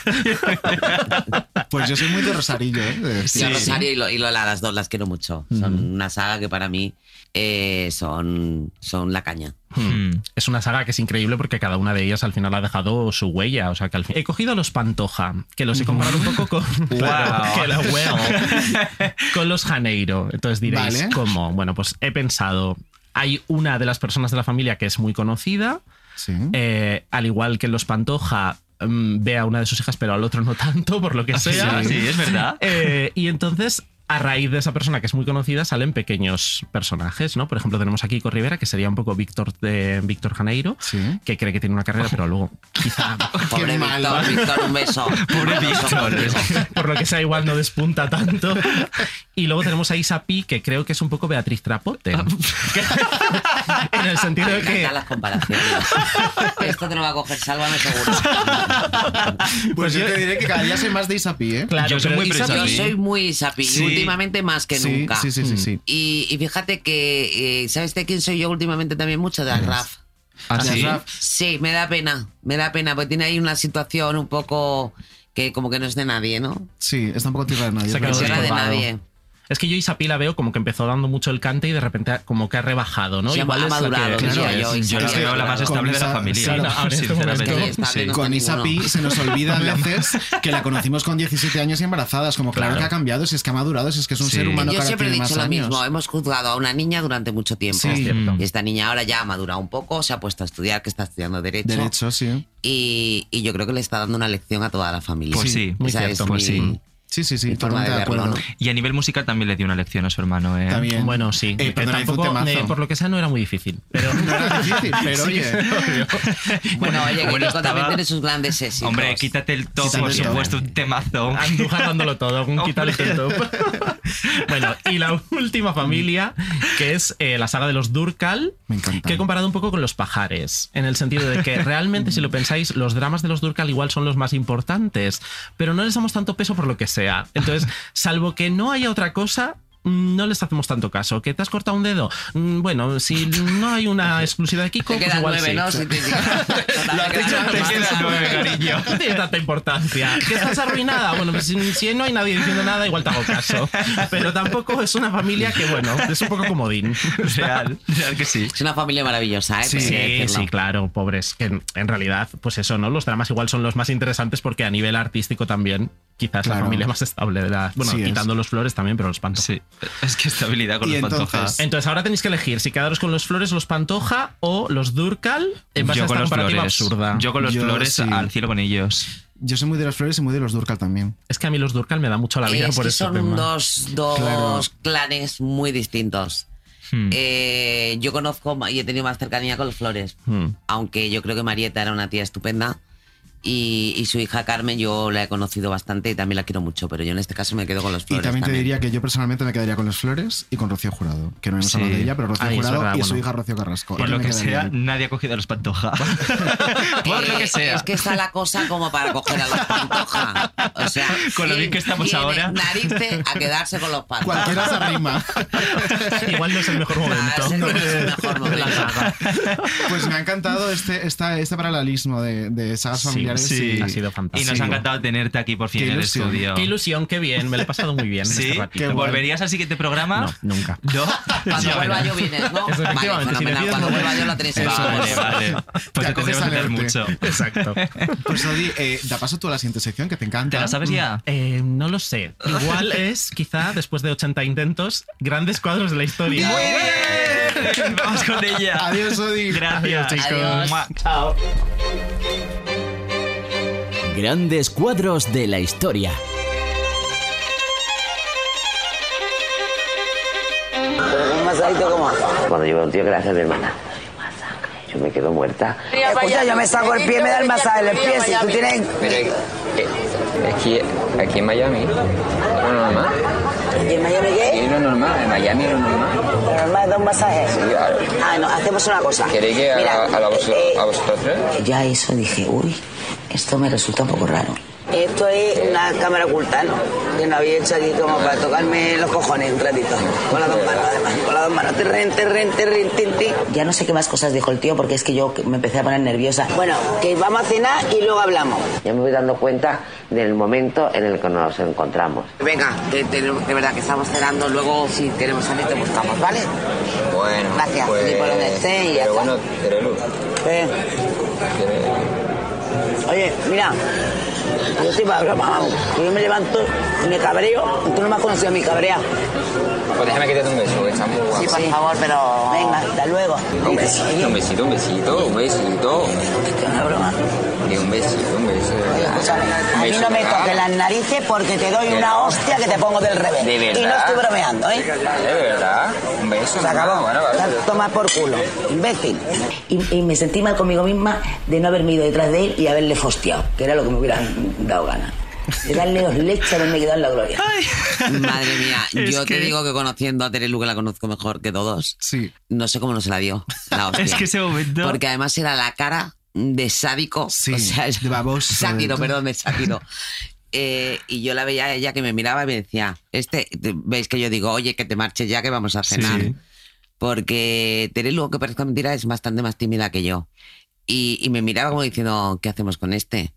Pues yo soy muy de Rosarillo, ¿eh? De-
Y a Rosario y, Lo- y Lola, las dos las quiero mucho. Son una saga que para mí eh, son, son la caña.
Hmm.
Mm.
Es una saga que es increíble porque cada una de ellas al final ha dejado su huella. O sea que al fin... He cogido a los Pantoja, que
Mm.
los he comparado un poco con. Que lo- well. con los Janeiro. Entonces diréis,
Vale.
¿cómo? Bueno, pues he pensado. Hay una de las personas de la familia que es muy conocida. Eh, al igual que en los Pantoja. mm, Ve a una de sus hijas, pero al otro no tanto, por lo que
Ah, sí,
sea.
sí, es verdad.
Eh, y entonces, a raíz de esa persona que es muy conocida, salen pequeños personajes, ¿no? Por ejemplo, tenemos a Kiko Rivera, que sería un poco Víctor de Víctor Janeiro, que cree que tiene una carrera, pero luego quizá.
Pobre Víctor, Víctor, un beso.
Pobre
Un beso,
Víctor.
pobre
Por lo que sea, igual no despunta tanto. Y luego tenemos a Isa Pi, que creo que es un poco Beatriz Trapote. en el sentido de que.
las comparaciones. Esto te lo va a coger, sálvame seguro.
Pues, yo, te diré que cada día soy más de Isapi, ¿eh?
Claro, pero Isa Pi- Yo soy muy sapi
Sí.
y últimamente más que
Sí,
nunca.
sí, sí, sí,
Mm.
sí.
Y, y fíjate que, eh, ¿sabes de quién soy yo últimamente también mucho? De Arraf.
¿Ah, sí? ¿De Arraf?
Sí, me da pena, me da pena, porque tiene ahí una situación un poco que como que no es de nadie, ¿no?
Sí, está un poco tierra de nadie.
Se ha
pero
quedado
sí.
de
descolgado.
nadie.
Es que yo Isapi la veo como que empezó dando mucho el cante y de repente ha- como que ha rebajado, ¿no?
Se ha
es la
madurado,
que-
diría yo, Isa Pi ha Yo la veo la más madurado. estable de la
Con esa-
familia,
claro,
¿no?
ahora en este
Sinceramente.
momento,
Estable,
sí.
no
Con
está
Isapi
ninguno.
se nos olvida a veces que la conocimos con 17 años y embarazadas. Como claro,
Claro.
que ha cambiado, si es que ha madurado, si es que es un ser humano que
Yo
ahora
siempre he
tiene
dicho
más
lo
años.
mismo, eh, este hemos juzgado a una niña durante mucho tiempo.
Sí. Es cierto.
Y esta niña ahora ya ha madurado un poco, se ha puesto a estudiar, que está estudiando Derecho.
Derecho, sí.
Y, y yo creo que le está dando una lección a toda la familia.
Pues sí, muy
Esa es
cierto, pues
mi-
sí.
Sí, sí, sí,
mi forma
totalmente
de
de
verlo,
acuerdo.
¿no?
Y a nivel musical también le dio una lección a su hermano. ¿eh?
También.
Bueno, sí.
Eh,
que
perdona, hizo un
tampoco,
temazo.
eh, por lo que sea, no era muy difícil. Pero,
No era difícil, pero
Sí,
oye.
obvio.
Bueno,
Bueno,
oye, que Kiko también
estaba-
tiene sus grandes éxitos.
Hombre, quítate el top,
Quítate
por
el top.
supuesto, un temazo.
Andújar dándolo todo,
Oh,
un quítale el top. bueno, y la última familia, que es eh, la saga de los Durkal, que he comparado un poco con los pajares, en el sentido de que realmente, si lo pensáis, los dramas de los Durkal igual son los más importantes, pero no les damos tanto peso por lo que sea. Entonces, salvo que no haya otra cosa... mm, No les hacemos tanto caso. ¿Que te has cortado un dedo? Mm, Bueno, si no hay una exclusividad de Kiko,
Te
pues
quedan
igual
nueve,
sí.
¿no? Si te-
Lo has
Te
dicho
quedan
antes,
nueve.
quedan nueve, cariño. No tiene tanta importancia. Que estás arruinada. Bueno, pues si, si no hay nadie diciendo nada, igual te hago caso. Pero tampoco es una familia que, bueno, es un poco comodín. pues
Real, real que sí.
Es una familia maravillosa, ¿eh?
Sí,
Tengo que
sí,
decirlo.
claro, pobres. Que en, en realidad, pues eso, ¿no? Los dramas igual son los más interesantes porque a nivel artístico también, quizás la
Claro.
familia más estable de la. Bueno,
Sí es.
quitando los flores también, pero los pantojas. Sí.
Es que estabilidad con los pantojas.
Entonces ahora tenéis que elegir si quedaros con los flores, los pantoja o los durcal en base eh,
Yo
a esta
con los
comparativa
flores.
absurda.
Yo con los flores al cielo con ellos.
Yo soy muy de las flores y muy de los Durcal también.
Es que a mí los Durcal me da mucho la vida
Eh, Es
por
que
ese
son
tema.
dos, dos
Claro.
clanes muy distintos.
Hmm.
Eh, yo conozco ma- y he tenido más cercanía con los Flores,
Hmm.
aunque yo creo que Marieta era una tía estupenda. Y, y su hija Carmen yo la he conocido bastante y también la quiero mucho, pero yo en este caso me quedo con los
Y
Flores.
también te
también.
diría que yo personalmente me quedaría con los Flores y con Rocío Jurado, que no hemos
Sí.
hablado de ella, pero Rocío
Ay, es
Jurado
verdad,
y su
bueno.
hija Rocío Carrasco.
Por
Yo
lo
me
que
quedaría
sea,
ahí.
nadie ha cogido a los pantoja. Por lo
Eh,
que sea.
Es que está la cosa como para coger a los pantoja. O sea,
Con lo bien que estamos
tiene
ahora.
Narices a quedarse con los pantoja.
Cualquiera se arrima.
Igual no es el mejor momento.
Pues me ha encantado este, esta, este paralelismo de, de sagas familiares. y-
ha sido fantástico.
Y nos ha encantado tenerte aquí por fin
Qué
en el
ilusión.
estudio.
Qué ilusión, qué bien. Me lo he pasado muy bien. en
¿Sí?
este ratito.
¿Volverías al siguiente programa?
No, nunca.
¿No?
Ah,
Cuando
Ya
vuelva
verás.
yo vienes, ¿no?
Eso,
Vale,
efectivamente, si
fenomenal.
decides
Cuando
volver.
vuelva yo la tenéis en
Eso,
vamos.
vale, vale. Pues te tendremos
acoges
que
al
hacer
arte.
mucho.
Exacto.
Pues Odi, eh, da paso tú a la siguiente sección que te encanta.
Eh, no lo sé. Igual es, quizá, después de 80 intentos, grandes cuadros de la historia.
Vamos con ella.
Adiós, Odi.
Gracias,
Adiós,
chicos.
adiós.
Mua.
Chao.
Grandes cuadros de la historia.
Un masadito como. Cuando yo veo un tío que le hace a mi hermana. Yo me quedo muerta. Escucha, yo me saco el pie, me da el masaje, el pie, si tú tienes...
Pero eh, aquí, aquí en Miami era normal.
¿Y en Miami qué?
Era normal, en Miami era normal.
Pero normal, da un masaje. Ah, no, hacemos una cosa.
¿Queréis que
Mira,
a, a, la vos-
eh,
a vosotros?
Yo a eso dije, uy, esto me resulta un poco raro. Esto es una cámara oculta, ¿no? Que no había hecho aquí como para tocarme los cojones un ratito. Con las dos manos, además. Con las dos manos. Terren, terren, terren, tin, tin. Ya no sé qué más cosas dijo el tío porque es que yo me empecé a poner nerviosa. Bueno, que vamos a cenar y luego hablamos.
Ya me voy dando cuenta del momento en el que nos encontramos.
Venga, que te- de verdad que estamos cerrando. Luego, si tenemos algo, te buscamos, ¿vale?
Bueno,
Gracias,
pues,
di por donde esté y ya
Pero pues
está.
bueno, Terelu, que-
Oye, mira, yo soy para hablar, mamá. Yo me levanto y me cabreo. y Tú no me has conocido mi cabrea.
Pues déjame que te dé un beso, que está muy guapo.
Sí, por favor, pero. Venga, hasta luego.
Un besito, un besito, un besito, un besito.
una broma.
Y un besito, un beso. de verdad. Un
A mí
beso,
no me
¿verdad?
toques las narices porque te doy una hostia que te pongo del revés.
De verdad.
Y no estoy bromeando, ¿eh?
De verdad. Un beso.
Se
nada,
acabó.
Bueno, vale.
Toma por culo, imbécil. Y, y me sentí mal conmigo misma de no haberme ido detrás de él y haberle fosteado, que era lo que me hubiera dado ganas. De darle los leches a haberme quedado en la gloria.
Madre mía,
Es
yo
que-
te digo que conociendo a Terelu, que la conozco mejor que todos, no sé cómo no se la dio. la hostia.
Es que ese momento-
Porque además era la cara de sádico. o sea, de baboso. Sátiro,
todo.
perdón, de sátiro. Eh, y yo la veía a ella que me miraba y me decía, este, veis que yo digo, oye, que te marches ya que vamos a cenar. Porque Terelu, que parezca mentira, es bastante más tímida que yo. Y, y me miraba como diciendo, ¿qué hacemos con este?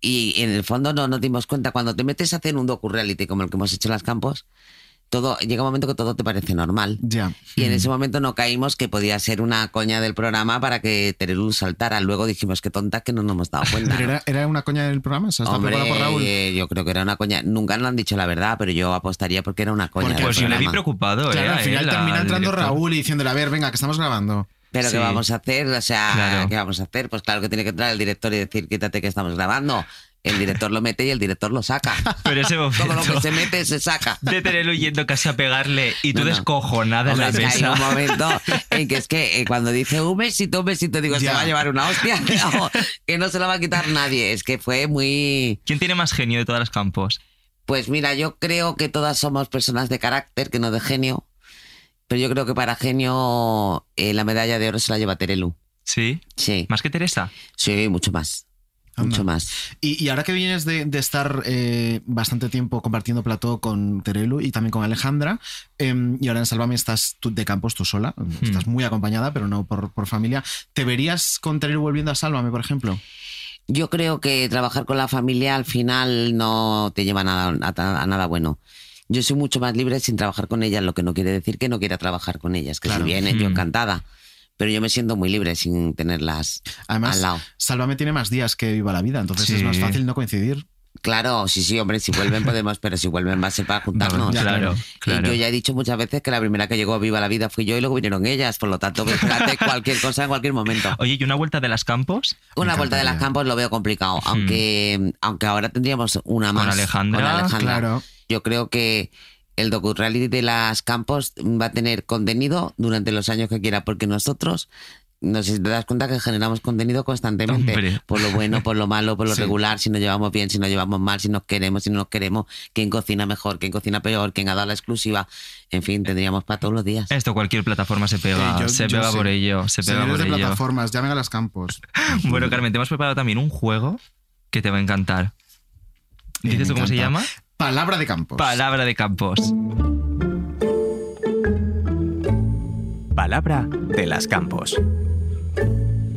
Y en el fondo no nos dimos cuenta. Cuando te metes a hacer un docu-reality como el que hemos hecho en las campos, todo, llega un momento que todo te parece normal.
Ya.
Y en ese momento no caímos que podía ser una coña del programa para que Terelu saltara. Luego dijimos, qué tonta que no nos hemos dado cuenta.
Pero era, era una coña del programa, esa está
Hombre,
preparada por Raúl.
eh, yo creo que era una coña. Nunca nos han dicho la verdad, pero yo apostaría porque era una coña.
Porque-
del
Pues yo le vi
programa.
preocupado, eh,
Claro,
eh,
al final termina entrando Raúl y diciéndole, a ver, venga, que estamos grabando.
Pero
Sí.
¿qué vamos a hacer? O sea,
Claro.
¿qué vamos a hacer? Pues claro que tiene que entrar el director y decir, quítate que estamos grabando. El director lo mete y el director lo saca.
Pero ese
Todo lo que
momento
se mete se saca.
de Terelu yendo casi a pegarle y tú
pues, eh. No, no.
descojonada en
Hombre,
la
es que hay
mesa.
un momento en que es que eh, cuando dice un besito, un besito, digo, se va a llevar una hostia, no, que no se la va a quitar nadie. Es que fue muy...
¿Quién tiene más genio de todas las campos?
Pues mira, yo creo que todas somos personas de carácter, que no de genio. Pero yo creo que para genio eh, la medalla de oro se la lleva Terelu.
¿Sí?
Sí.
¿Más que Teresa?
Sí, mucho más. Mucho más.
Y, y ahora que vienes de, de estar eh, bastante tiempo compartiendo plató con Terelu y también con Alejandra, em, y ahora en Sálvame estás tú de campos tú sola, em,
Hmm.
estás muy acompañada, pero no por, por familia, ¿te verías con Terelu volviendo a Sálvame, por ejemplo?
Yo creo que trabajar con la familia al final no te lleva a nada, a- a nada bueno. Yo soy mucho más libre sin trabajar con ellas, lo que no quiere decir que no quiera trabajar con ellas, que
Claro.
si vienen yo
Mm.
encantada. Pero yo me siento muy libre sin tenerlas
Además,
al lado.
Sálvame tiene más días que Viva la Vida, entonces es
Sí.
más fácil no coincidir.
Claro, sí, sí, hombre, si vuelven podemos, pero si vuelven va a ser para juntarnos.
Ya, claro,
Y
claro.
yo ya he dicho muchas veces que la primera que llegó a Viva la Vida fui yo y luego vinieron ellas, por lo tanto, espérate cualquier cosa en cualquier momento.
Oye, ¿y una vuelta de las campos?
Una vuelta de las campos lo veo complicado,
Hmm.
aunque, aunque ahora tendríamos una
Con
más.
Alejandra,
Ah,
Ah,
claro.
Yo creo que el docu-reality de las campos va a tener contenido durante los años que quiera, porque nosotros, no sé si te das cuenta que generamos contenido constantemente,
Hombre.
por lo bueno, por lo malo, por lo
Sí.
regular, si nos llevamos bien, si nos llevamos mal, si nos queremos, si no nos queremos, quién cocina mejor, quién cocina peor, quién ha dado la exclusiva, en fin, tendríamos para todos los días.
Eh.
Esto cualquier plataforma se pega,
Eh, yo-
se
yo
pega
sí.
por ello, se pega
Señores
por
de
ello.
plataformas, llamen a las campos.
Bueno, Carmen, te hemos preparado también un juego que te va a encantar.
Eh, me
¿Dices tú cómo se
encanta.
llama?
Palabra de campos.
Palabra de campos.
Palabra de las campos.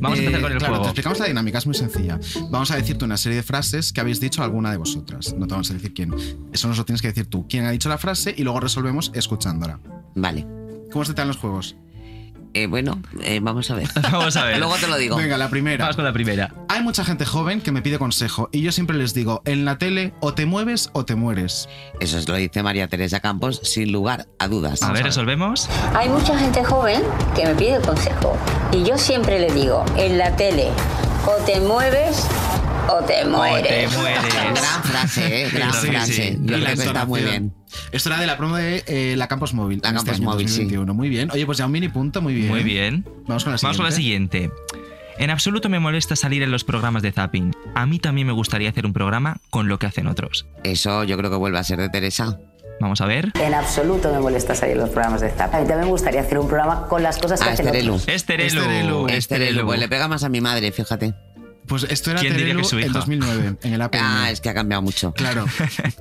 Vamos a empezar
Eh,
con el
claro,
juego.
Te explicamos la dinámica, es muy sencilla. Vamos a decirte una serie de frases que habéis dicho alguna de vosotras. No te vamos a decir quién. Eso nos lo tienes que decir tú. Quién ha dicho la frase y luego resolvemos escuchándola.
Vale.
¿Cómo se te dan los juegos?
Eh, bueno, eh, vamos a ver.
Vamos a ver.
Luego te lo digo.
Venga, la primera.
Vamos con la primera.
Hay mucha gente joven que me pide consejo y yo siempre les digo, en la tele o te mueves o te mueres.
Eso es lo dice María Teresa Campos, sin lugar a dudas.
A ver, resolvemos.
Hay mucha gente joven que me pide consejo y yo siempre le digo, en la tele, o te mueves o te mueres.
Gran frase, eh, gran
Sí, sí.
frase.
Y
Yo creo
la
que está muy
entonación.
bien.
Esto era de la promo de eh, la Campos Móvil.
La
en
Campos Móvil, sí.
2021. Muy bien. Oye, pues ya un mini punto, muy bien.
Muy bien.
Vamos con la siguiente.
Vamos con la siguiente. En absoluto me molesta salir en los programas de zapping. A mí también me gustaría hacer un programa con lo que hacen otros.
Eso yo creo que vuelve a ser de Teresa.
Vamos a ver.
En absoluto me molesta salir en los programas de Zap. A mí también me gustaría hacer un programa con las cosas que
Ah,
hacen
Esterelu.
otros.
Esterelu.
Esterelu. Pues le pega más a mi madre, fíjate.
Pues esto era
¿Quién diría
Terelu
que su
en
hija?
2009, en el Apple.
Ah, es que ha cambiado mucho.
Claro.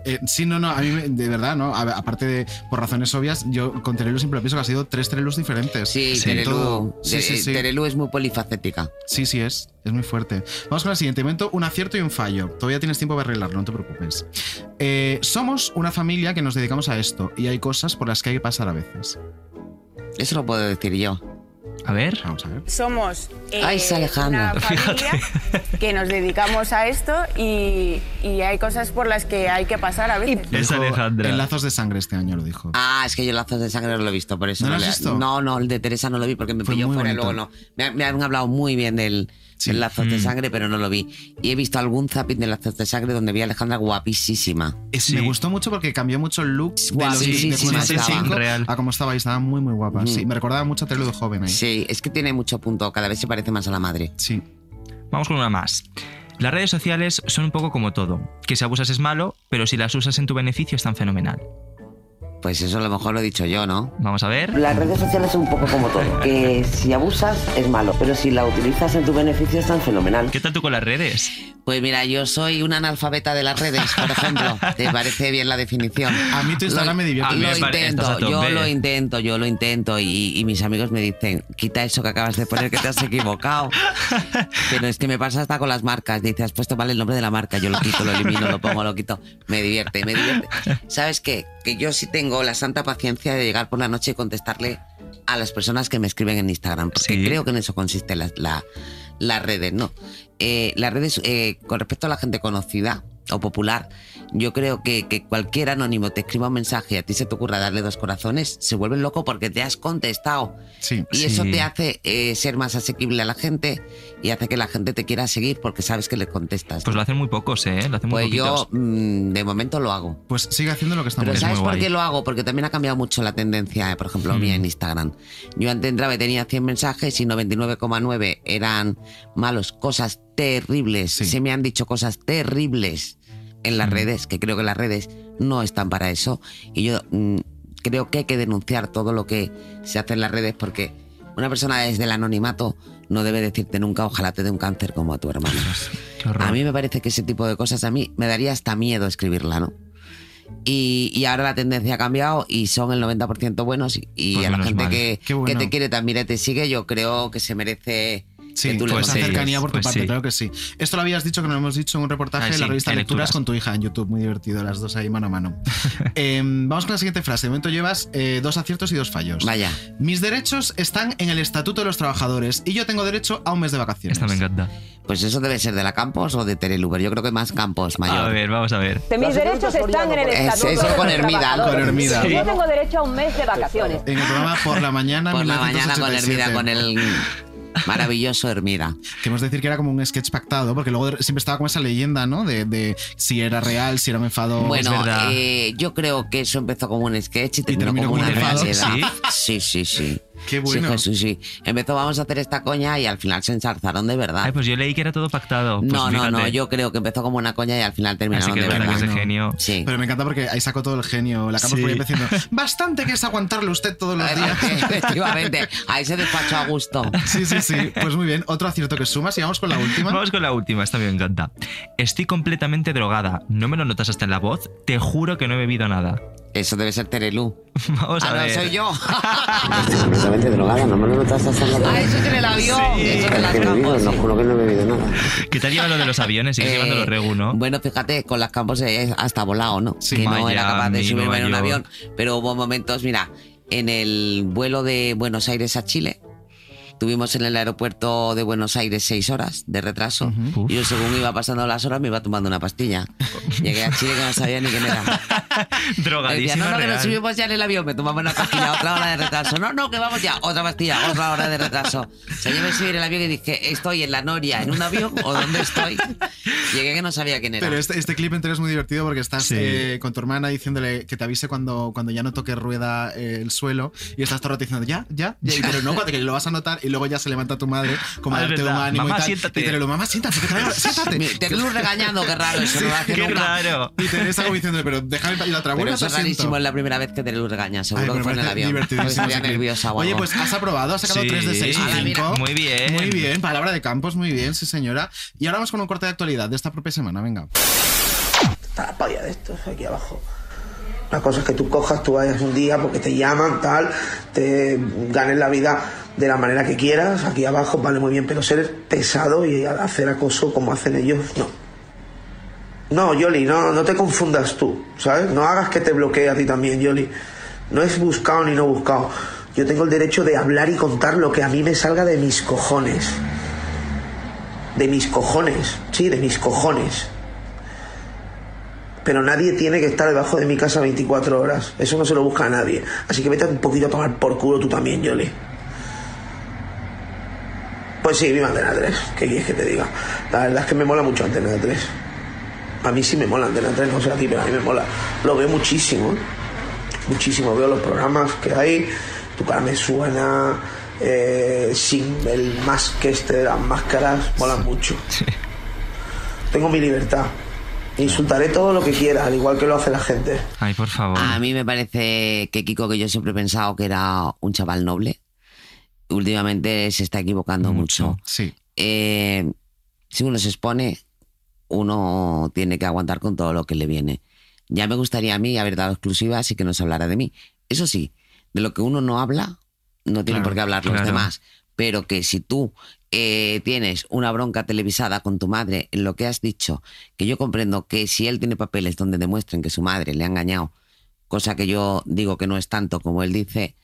Eh, sí, no, no, a mí me- de verdad, ¿no? A- aparte de por razones obvias, yo con Terelu siempre pienso que ha sido tres Terelus diferentes.
Sí,
En
Terelu,
todo. Sí,
Te-
sí, sí.
Terelu es muy polifacética.
Sí, sí es. Es muy fuerte. Vamos con el siguiente momento, un acierto y un fallo. Todavía tienes tiempo para arreglarlo, no te preocupes. Eh, somos una familia que nos dedicamos a esto y hay cosas por las que hay que pasar a veces.
Eso lo puedo decir yo.
A ver.
Vamos a ver.
Somos eh,
Ay, es Alejandra.
una familia que nos dedicamos a esto y, y hay cosas por las que hay que pasar a veces.
Lo dijo En lazos de sangre este año lo dijo.
Ah, es que yo lazos de sangre no lo he visto, por eso.
¿No lo has
le-
visto?
No, no, el de Teresa no lo vi porque me
Fue
pilló
muy
fuera y
bonito.
luego no. Me, ha- me han hablado muy bien del, del lazos de
Mm.
sangre, pero no lo vi. Y he visto algún zapping de lazos de sangre donde vi a Alejandra guapísima.
Es- Me gustó mucho porque cambió mucho el look de los
Sí, sí,
de
sí,
Fuerza
sí,
de
sí,
Cinco
real. Mm.
a cómo estaba y estaba muy muy guapa. Sí, me recordaba mucho a Terelu de joven ahí.
Sí, es que tiene mucho punto. Cada vez se parece más a la madre.
Sí.
Vamos con una más. Las redes sociales son un poco como todo. Que si abusas es malo, pero si las usas en tu beneficio están fenomenal.
Pues eso a lo mejor lo he dicho yo, ¿no?
Vamos a ver.
Las redes sociales son un poco como todo. Que si abusas es malo, pero si la utilizas en tu beneficio es tan fenomenal.
¿Qué tal tú con las redes?
Pues mira, yo soy una analfabeta de las redes, por ejemplo. ¿Te parece bien la definición?
A mí tu Instagram me divierte.
Lo
A mí me pare-
intento,
estás a
yo
tope.
lo intento, yo lo intento. Y, y mis amigos me dicen, quita eso que acabas de poner, que te has equivocado. Pero es que me pasa hasta con las marcas. Dice, has puesto mal el nombre de la marca. Yo lo quito, lo elimino, lo pongo, lo quito. Me divierte, me divierte. ¿Sabes qué? Que yo sí tengo la santa paciencia de llegar por la noche y contestarle a las personas que me escriben en Instagram. Porque creo que en eso consiste la, la- las redes, ¿no? Eh, las redes, eh, con respecto a la gente conocida o popular, yo creo que, que cualquier anónimo te escriba un mensaje y a ti se te ocurra darle dos corazones, se vuelven loco porque te has contestado.
Sí.
Y eso te hace eh, ser más asequible a la gente y hace que la gente te quiera seguir porque sabes que le contestas.
Pues lo hacen muy pocos, ¿eh? Lo hacen muy
Pues yo
poquitos.
mm, de momento lo hago.
Pues sigue haciendo lo que está
Pero
Es
¿sabes
muy
por
guay. Mm.
qué lo hago? Porque también ha cambiado mucho la tendencia, eh, por ejemplo, mía en Instagram. Yo antes entraba y tenía 100 mensajes y 99,9 eran malos, cosas terribles. Se me han dicho cosas terribles en
Mm.
las redes, que creo que las redes no están para eso. Y yo mm, creo que hay que denunciar todo lo que se hace en las redes porque una persona desde el anonimato no debe decirte nunca, ojalá te dé un cáncer como a tu hermano. a mí me parece que ese tipo de cosas a mí me daría hasta miedo escribirla, ¿no? Y, y ahora la tendencia ha cambiado y son el 90% buenos y, y
Pues
a la
menos
gente
mal.
que,
Qué bueno.
que te quiere, te admira y te sigue, yo creo que se merece
Sí,
que tú le
pues
contestes.
cercanía por tu parte, claro que sí. Esto lo habías dicho que nos hemos dicho en un
Ah,
reportaje de la
sí,
revista
de
Lecturas
Lecturas.
con tu hija en YouTube, muy divertido, las dos ahí mano a mano. Eh, vamos con la siguiente frase. De momento llevas eh, dos aciertos y dos fallos.
Vaya.
Mis derechos están en el Estatuto de los Trabajadores y yo tengo derecho a un mes de vacaciones.
me
encanta.
Pues eso debe ser de la Campos o de Terelu, pero yo creo que más Campos mayor.
A ver, vamos a ver.
De mis derechos están en el
Es-
estatuto.
eso
de los
con Hermida,
trabajadores.
con Hermida. Sí.
Yo tengo derecho a un mes de vacaciones.
En el programa Por la Mañana.
Por la mañana con Hermida, con el maravilloso Hermida.
Queremos decir que era como un sketch pactado, porque luego de- siempre estaba como esa leyenda, ¿no? De, de si era real, si era un enfado.
Bueno, eh, yo creo que eso empezó como un sketch y terminó,
terminó
como
como
una
un enfado,
realidad. Sí, sí, sí.
Qué
Sí,
bueno.
Jesús, sí. Empezó, vamos a hacer esta coña y al final se ensarzaron de verdad.
Ay, pues yo leí que era todo pactado. Pues
no, no,
fíjate.
no, yo creo que empezó como una coña y al final terminaron
Así que
de
es verdad
verdad.
que es de genio.
Sí.
Pero me encanta porque ahí sacó todo el genio. La capa por ahí diciendo, bastante que es aguantarlo usted todos los días.
Efectivamente, ahí se despachó a gusto.
Sí, sí, sí. Pues muy bien, otro acierto que sumas y vamos con la última.
Vamos con la última, esta me encanta. Estoy completamente drogada. ¿No me lo notas hasta en la voz? Te juro que no he bebido nada.
Eso debe ser Terelu.
Vamos a
ah,
ver.
no, soy yo.
Estoy completamente drogada, no me lo notas hasta la
ah, eso te la vio. Eso te la
que he bebido, no juro que no he bebido nada.
¿Qué tal lleva lo de los aviones? Sigues
Eh,
llevando los regu, ¿no?
Bueno, fíjate, con las campos eh, hasta volado, ¿no?
Sí.
que no
Vaya,
era capaz de
amigo,
subirme en un
yo.
avión. Pero hubo momentos, mira, en el vuelo de Buenos Aires a Chile, tuvimos en el aeropuerto de Buenos Aires seis horas de retraso. Y yo, según iba pasando las horas, me iba tomando una pastilla. Llegué a Chile que no sabía ni quién era. Me decía,
Drogadísima
no, no, que
real.
nos subimos ya en el avión, me tomamos una pastilla, otra hora de retraso. No, no, que vamos ya, otra pastilla, otra hora de retraso. O sea, yo me subí en el avión y dije, ¿estoy en la Noria, en un avión o dónde estoy? Llegué que no sabía quién era.
Pero este, este clip entero es muy divertido porque estás eh, con tu hermana diciéndole que te avise cuando, cuando ya no toque rueda eh, el suelo y estás todo el rato diciendo ya, ya, ya, y pero no, cuando que lo vas a notar y luego ya se levanta tu madre como a
Ah, es
darte un
verdad.
ánimo
Mamá,
y tal.
siéntate.
Y te lo mamá, siéntate, que te lo- siéntate.
Te lo regañando, qué raro, eso no lo hace
Qué
nunca.
raro. Y Teresa como diciendo, pero déjame, pa- y la otra
Pero
vuelve
eso
a
es
tu
rarísimo,
asiento.
es la primera vez que te lo regaña. Seguro
Ay,
que
me
fue en el
parece
avión.
divertidísimo
Estaría
ese clip.
nerviosa o
Oye,
algo.
pues has aprobado, has sacado
Sí.
3 de 6
Ah,
y
mira.
5.
Muy bien.
Muy bien, palabra de campos, muy bien, sí señora. Y ahora vamos con un corte de actualidad de esta propia semana, venga.
Está la polla de estos aquí abajo. Una cosa es que tú cojas, tú vayas un día porque te llaman, tal, te ganes la vida de la manera que quieras, aquí abajo vale muy bien, pero ser pesado y hacer acoso como hacen ellos, no. No, Yoli, no, no te confundas tú, ¿sabes? No hagas que te bloquee a ti también, Yoli. No es buscado ni no buscado. Yo tengo el derecho de hablar y contar lo que a mí me salga de mis cojones. De mis cojones, sí, de mis cojones pero nadie tiene que estar debajo de mi casa 24 horas. Eso no se lo busca a nadie. Así que vete un poquito a tomar por culo tú también, Yoli. Pues sí, viva Antena 3. ¿Qué quieres que te diga? La verdad es que me mola mucho Antena 3. A mí sí me mola Antena 3, no sé a ti, pero a mí me mola. Lo veo muchísimo. ¿eh? Muchísimo. Veo los programas que hay. Tu cara me suena. eh, sin el más que este de las máscaras, mola mucho. Tengo mi libertad. Insultaré todo lo que quiera, al igual que lo hace la gente.
Ay, por favor. A mí me parece que Kiko, que yo siempre he pensado que era un chaval noble, últimamente se está equivocando mucho.
Sí.
eh, si uno se expone, uno tiene que aguantar con todo lo que le viene. Ya me gustaría a mí haber dado exclusivas y que nos hablara de mí. Eso sí, de lo que uno no habla, no
Claro,
tienen por qué hablar los
claro.
demás. Pero que si tú eh, tienes una bronca televisada con tu madre en lo que has dicho, que yo comprendo que si él tiene papeles donde demuestren que su madre le ha engañado, cosa que yo digo que no es tanto como él dice,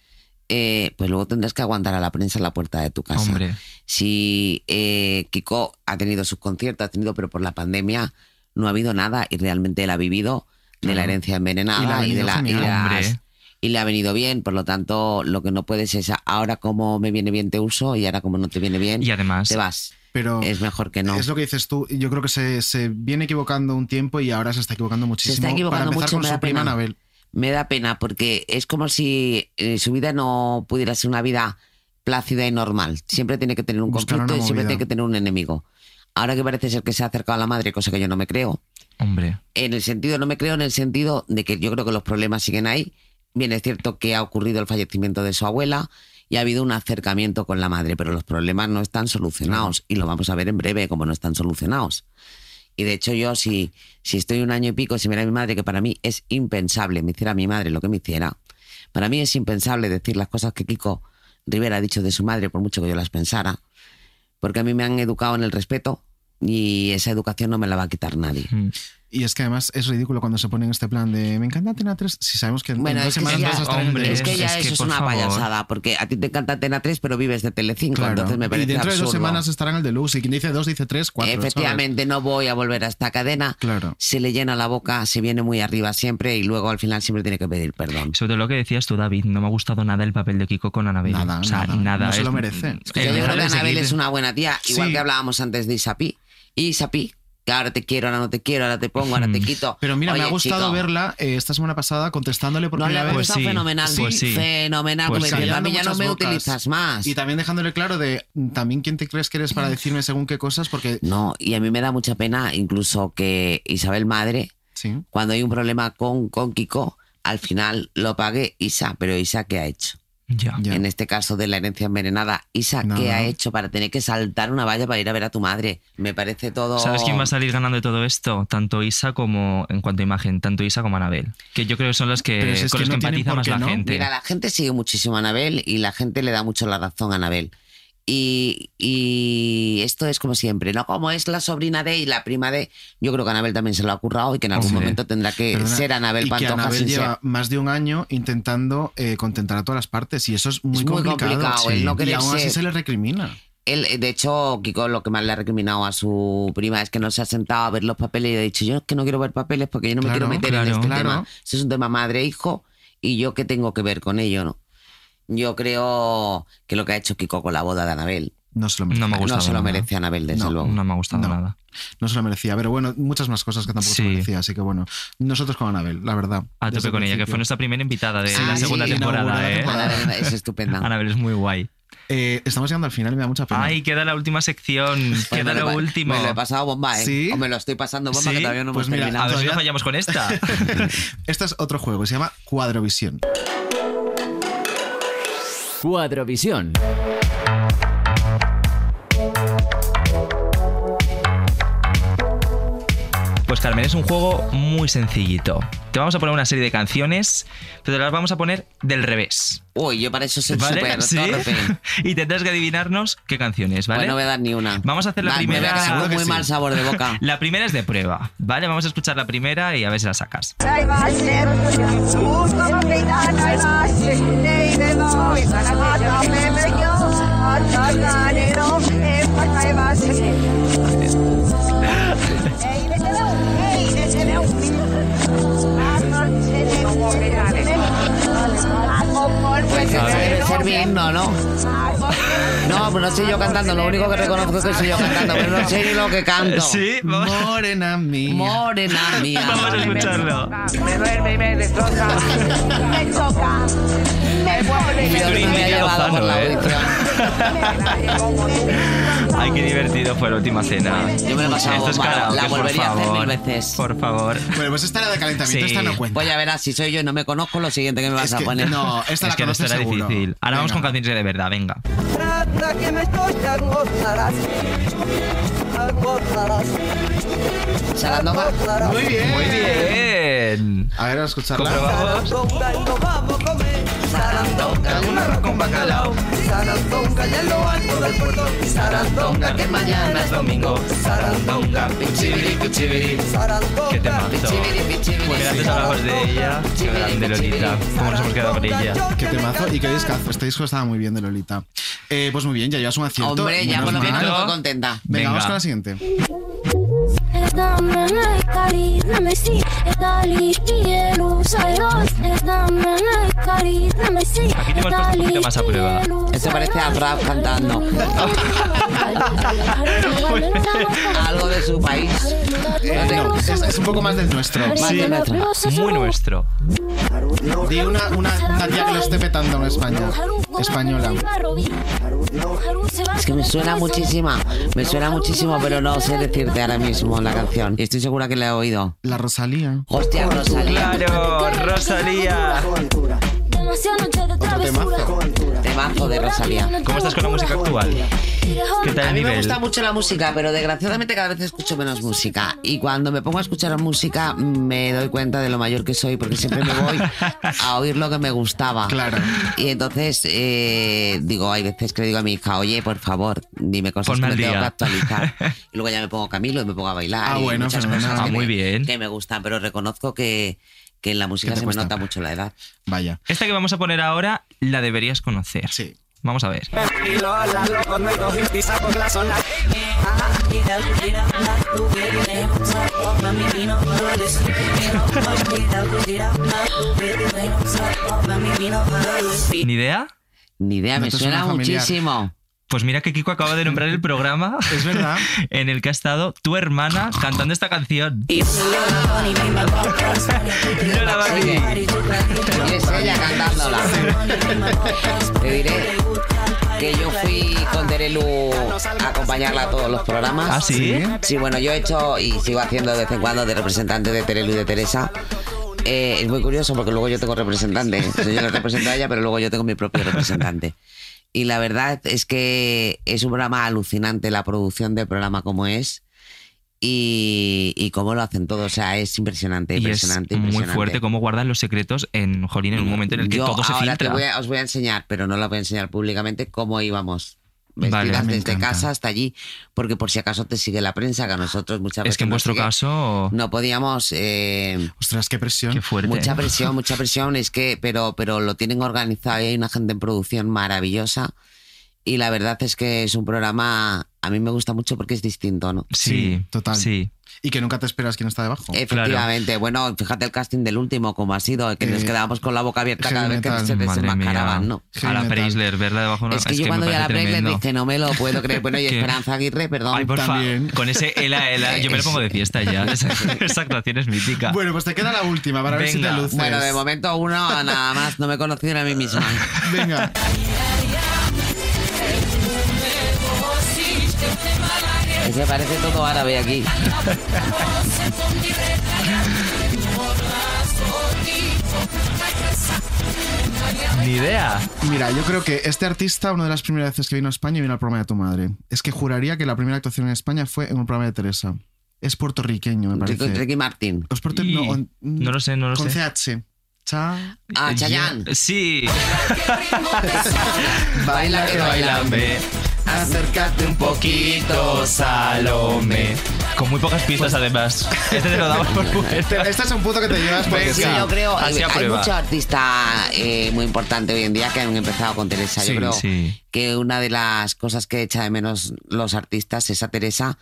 eh, pues luego tendrás que aguantar a la prensa en la puerta de tu casa.
Hombre.
Si eh, Kiko ha tenido sus conciertos, ha tenido, pero por la pandemia no ha habido nada y realmente él ha vivido de la
Claro.
herencia
Y le ha
envenenada y, de
venido
la, y
genial,
las-
hombre.
y le ha venido bien, por lo tanto, lo que no puedes es ahora como me viene bien te uso y ahora como no te viene bien y además te vas.
Pero
es mejor que no.
Es lo que dices tú. Yo creo que se, se viene equivocando un tiempo y ahora se está equivocando
se
muchísimo.
está equivocando
para
mucho,
empezar con
me
su
da
prima
pena.
Anabel.
Me da pena porque es como si eh, su vida no pudiera ser una vida plácida y normal. Siempre tiene que tener un
Buscar una
conflicto y siempre
movida.
tiene que tener un enemigo. Ahora que parece ser que se ha acercado a la madre, cosa que yo no me creo.
Hombre.
En el sentido, no me creo en el sentido de que yo creo que los problemas siguen ahí. Bien, es cierto que ha ocurrido el fallecimiento de su abuela y ha habido un acercamiento con la madre, pero los problemas no están solucionados y lo vamos a ver en breve como no están solucionados. Y de hecho yo, si, si estoy un año y pico, si mira mi madre, que para mí es impensable, me hiciera mi madre lo que me hiciera, para mí es impensable decir las cosas que Kiko Rivera ha dicho de su madre, por mucho que yo las pensara, porque a mí me han educado en el respeto y esa educación no me la va a quitar nadie.
mm,
Y es que además es ridículo cuando se ponen este plan de me encanta Antena 3 si sabemos que en
Bueno,
dos
es que,
semanas
ya,
vas a estar en
hombre,
el
es que ya eso es una payasada, porque a ti te encanta Antena 3, pero vives de Telecinco,
Claro.
entonces me
y
parece
dentro de
absurdo.
dos semanas estará en el deluxe. Y quien dice dos dice tres, cuatro. ¿sabes?
Efectivamente, no voy a volver a esta cadena.
Claro.
Se le llena la boca, se viene muy arriba siempre y luego al final siempre tiene que pedir perdón.
Sobre todo lo que decías tú, David, no me ha gustado nada el papel de Kiko con Anabel. Nada, o sea, nada. es- mm, eh,
Yo
El
creo
dejar
que
de
Anabel
seguir-
es una buena tía, igual
Sí.
que hablábamos antes de Isapi. Y Isapi, que ahora te quiero, ahora no te quiero, ahora te pongo, ahora te quito.
Mm. Pero mira, me
Oye,
ha gustado
chico,
verla eh, esta semana pasada contestándole por
No le
primera
ha
vez.
gustado fenomenal,
Pues
fenomenal, como diciendo, a mí ya no
muchas
me
bocas.
utilizas más. Mm.
Y también dejándole claro de también quién te crees que eres para decirme según qué cosas, porque
No, y a mí me da mucha pena incluso que Isabel Madre, cuando hay un problema con, con Kiko, al final lo pague Isa, pero Isa, ¿qué ha hecho? En este caso de la herencia envenenada, Isa, ¿qué
Nada.
ha hecho para tener que saltar una valla para ir a ver a tu madre? Me parece todo...
¿Sabes quién va a salir ganando de todo esto? Tanto Isa como, en cuanto a imagen, tanto Isa como Anabel. Que yo creo que son las que,
Pero si es
con
que
las que
no tienen
empatiza
por
más
qué
la
no.
gente.
Mira, la gente sigue muchísimo a Anabel y la gente le da mucho la razón a Anabel. Y, y esto es como siempre, ¿no? Como es la sobrina de y la prima de. Yo creo que Anabel también se lo ha currado y que en algún
Hombre.
momento tendrá que
Perdona,
Eh, ser Anabel
y que
Pantoja
Anabel
sin ser.
lleva más de un año intentando eh, contentar a todas las partes y eso es muy
Es muy
complicado.
complicado, el no
y
querer
aún así
ser-
se le recrimina.
Él, eh, de hecho, Kiko lo que más le ha recriminado a su prima es que no se ha sentado a ver los papeles y ha dicho, yo es que no quiero ver papeles porque yo no me
Claro,
quiero meter en
claro,
este
claro.
tema. Eso es un tema madre-hijo y yo qué tengo que ver con ello, ¿no? Yo creo que lo que ha hecho Kiko con la boda de Anabel.
No se lo merece.
No me ha gustado No se lo nada. merece Anabel, desde luego.
No me ha gustado nada.
No se lo merecía, pero bueno, muchas más cosas que tampoco se merecía. Así que bueno, nosotros con Anabel, la verdad.
A
desde
tope
el
con ella, que
principio.
eh,
Ah,
fue nuestra primera invitada de
Sí,
la segunda
sí, inauguró
temporada.
la
¿eh?
temporada.
Anabel es estupenda.
Anabel es muy guay.
Eh, estamos llegando al final y me da mucha pena.
Ay, queda la última sección.
Bueno,
queda
me
lo
pa-
último.
Pues Me lo he pasado bomba, ¿eh?
¿Sí?
O me lo estoy pasando bomba,
¿Sí?
que todavía no hemos
Pues mira,
terminado.
a ver si no
todavía-
fallamos con esta.
este es otro juego, se llama Cuadrovisión.
Cuadrovisión.
Pues Carmen, es un juego muy sencillito. Te vamos a poner una serie de canciones, pero te las vamos a poner del revés.
Uy, yo para eso soy
¿Vale?
súper
¿Sí?
torpe.
Y tendrás que adivinarnos qué canciones, ¿vale?
Pues no voy a dar ni una.
Vamos a hacer la
Va, me voy a
primera.
quedar con muy mal sabor de boca.
La primera es de prueba, ¿vale? Vamos a escuchar la primera y a ver si la sacas.
Ahí va a ser justo lo que ya no hay más. Ni de voy, mátame, me yo, hasta ganero, en pata de base. Ey, de Tebeu, ey, de Tebeu. Amor, de Tebeu, de Tebeu. Amor, por
Pues
Tebeu.
debe ser mi himno, ¿no?
Amor,
No, pero no soy yo cantando. Lo único que reconozco es que soy yo cantando, pero no sé ni lo que canto.
Sí, vamos.
Morena mía.
Morena mía.
Vamos a
escucharlo.
Me duerme y me destroza. Me choca. Me pone.
Dios
me
me ha llevado por la
¿eh?
buitrona.
Ay, qué divertido fue la última cena.
Yo me lo he pasado
Esto es
bomba.
karaoke,
La
por
volvería a hacer
favor.
mil veces.
Por favor.
Bueno, pues esta era de calentamiento, esta no cuenta.
Voy a ver si soy yo y no me conozco lo siguiente que me Pues vas
Es
a
que-
poner.
no, esta la
es que no
conoces
será
seguro.
difícil. Ahora vamos con
Venga.
canciones de verdad, venga.
Trata que me estoy agotarás. Agotarás.
Sarandonga.
Muy bien.
Muy bien.
A ver, a escucharla.
Comprobamos.
Sarandonga y nos vamos a comer. Sarandonga, un arroz con bacalao. Sarandonga y en lo alto del puerto. Sarandonga que mañana es domingo. Sarandonga, pichibiri, pichibiri.
Qué
Sarandonga,
temazo.
pichibiri, pichibiri.
Porque antes hablamos de ella. Qué grande Lolita. Cómo nos hemos quedado con ella.
Qué temazo y qué discazo. Este disco estaba muy bien de Lolita. Eh, pues muy bien, ya llevas un acierto.
Hombre, ya
menos
por lo menos
mal.
estoy contenta.
Venga,
Venga.
vamos con la siguiente.
Aquí
te hemos puesto un poquito más a prueba.
Esto parece a Rap cantando. Algo de su país.
Eh, no, es, es un poco más del nuestro.
Sí.
Vale.
Muy nuestro.
Di una, una talla que lo esté petando en España. Española.
Es que me suena muchísima, me suena muchísimo, pero no sé decirte ahora mismo la canción. Y estoy segura que la he oído.
La Rosalía.
Hostia, Rosalía.
Claro, Rosalía.
Otro temazo.
Temazo de Rosalía.
¿Cómo estás con la música actual? ¿Qué tal
A
el
mí me
nivel?
gusta mucho la música, pero desgraciadamente cada vez escucho menos música. Y cuando me pongo a escuchar música me doy cuenta de lo mayor que soy, porque siempre me voy a oír lo que me gustaba.
Claro.
Y entonces eh, digo, hay veces que le digo a mi hija, oye, por favor, dime cosas
Ponme al
que me tengo
día".
que actualizar. Y luego ya me pongo Camilo y me pongo a bailar.
Ah,
y
bueno,
muchas
fenomenal.
cosas
Ah,
que
muy
me-
bien.
Que me gustan, pero reconozco que, que en la música
¿Qué te
se
cuesta?
me nota mucho la edad.
Vaya.
Esta que vamos a poner ahora la deberías conocer.
Sí.
Vamos a ver. ¿Ni idea?
Ni idea,
No
me
te suena
suena
familiar.
muchísimo.
Pues mira que Kiko acaba de nombrar el programa
Es verdad.
en el que ha estado tu hermana cantando esta canción. Lola Bardi.
Y es ella cantándola. Te diré que yo fui con Terelu a acompañarla a todos los programas.
¿Ah, sí?
Sí, bueno, yo he hecho y sigo haciendo de vez en cuando de representante de Terelu y de Teresa. Eh, es muy curioso porque luego yo tengo representante. O sea, Yo la represento a ella, pero luego yo tengo mi propio representante. Y la verdad es que es un programa alucinante la producción del programa como es y, y cómo lo hacen todos. O sea, es impresionante,
Y es
impresionante,
muy
impresionante.
fuerte cómo guardan los secretos en Jolín en un momento en el que
Yo
todo se
ahora te
filtra.
voy a- os voy a enseñar, pero no la voy a enseñar públicamente, cómo íbamos
Vale.
vestidas
Me
desde
encanta.
casa hasta allí, porque por si acaso te sigue la prensa, que a nosotros muchas veces...
Es que en
nos
vuestro
sigue.
caso,
¿eh? No podíamos... eh,
Ostras, qué presión.
qué fuerte.
mucha presión, mucha presión, es que, pero, pero lo tienen organizado y hay una gente en producción maravillosa. Y la verdad es que es un programa, a mí me gusta mucho porque es distinto, ¿no?
Sí,
Sí, total.
Sí.
Y que nunca te esperas quién está
Oh,
debajo.
Eh, Efectivamente, bueno, fíjate el casting del último, como ha sido, que nos
Eh,
quedábamos con la boca abierta cada
heavy
vez que
metal.
se
Madre mía.
desenmascaraban, ¿no?
A la
Heavy metal.
Preisler, verla debajo no,
Es que yo cuando
me
vi a la
parece
Preisler
tremendo.
dije, no me lo puedo creer. Bueno, y
Que-
Esperanza Aguirre, perdón.
Ay, por
también.
favor. Con ese ela ela, yo me lo pongo de fiesta ya. Esa, esa actuación es mítica.
Bueno, pues te queda la última para ver si te
Venga.
luces.
bueno, de momento uno nada más, no me he conocido ni a mí misma.
Venga.
Es que parece todo árabe aquí.
Ni idea.
Mira, yo creo que este artista, una de las primeras veces que vino a España, vino al programa de tu madre. Es que juraría que la primera actuación en España fue en un programa de Teresa. Es puertorriqueño, me parece.
Ricky, Ricky Martin.
Los puerto-
Y-
no, on-
No lo sé, no lo
con
sé.
CH. Cha-
Ah, Chayanne.
Sí.
Baila que bailame.
Acércate un poquito, Salome.
Con muy pocas
Pues,
pistas, además. Este te lo damos por
Te- Este es un punto que te llevas porque
Sí, yo creo.
así a
hay
prueba.
muchos artistas eh, muy importantes hoy en día que han empezado con Teresa.
Sí,
yo creo
sí.
que una de las cosas que echa de menos los artistas es a Teresa,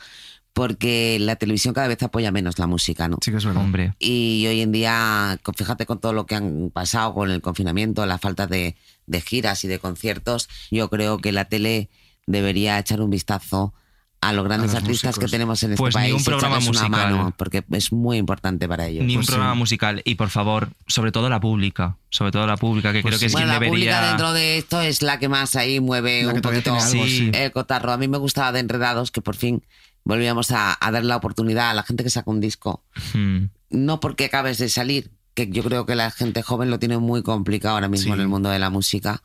porque la televisión cada vez apoya menos la música, ¿no?
Sí, que es verdad.
Hombre.
Y hoy en día, con- fíjate con todo lo que han pasado con el confinamiento, la falta de, de giras y de conciertos, yo creo que la tele debería echar un vistazo a los grandes
los
artistas
músicos.
que tenemos en este
Pues ni
país.
un
y
programa
echarles una
musical. ¿eh?
mano, porque es muy importante para ellos. Pues
Ni un programa musical. Y por favor, sobre todo la pública. Sobre todo la pública, que creo que es
Pues bueno,
quien
la pública
debería.
dentro de esto es la que más ahí mueve
La que
un
todavía
poquito
tiene algo, Sí. sí.
el cotarro. A mí me gustaba de Enredados que por fin volvíamos a, a dar la oportunidad a la gente que saca un disco.
Hmm.
No porque acabes de salir, que yo creo que la gente joven lo tiene muy complicado ahora mismo en el mundo de la música.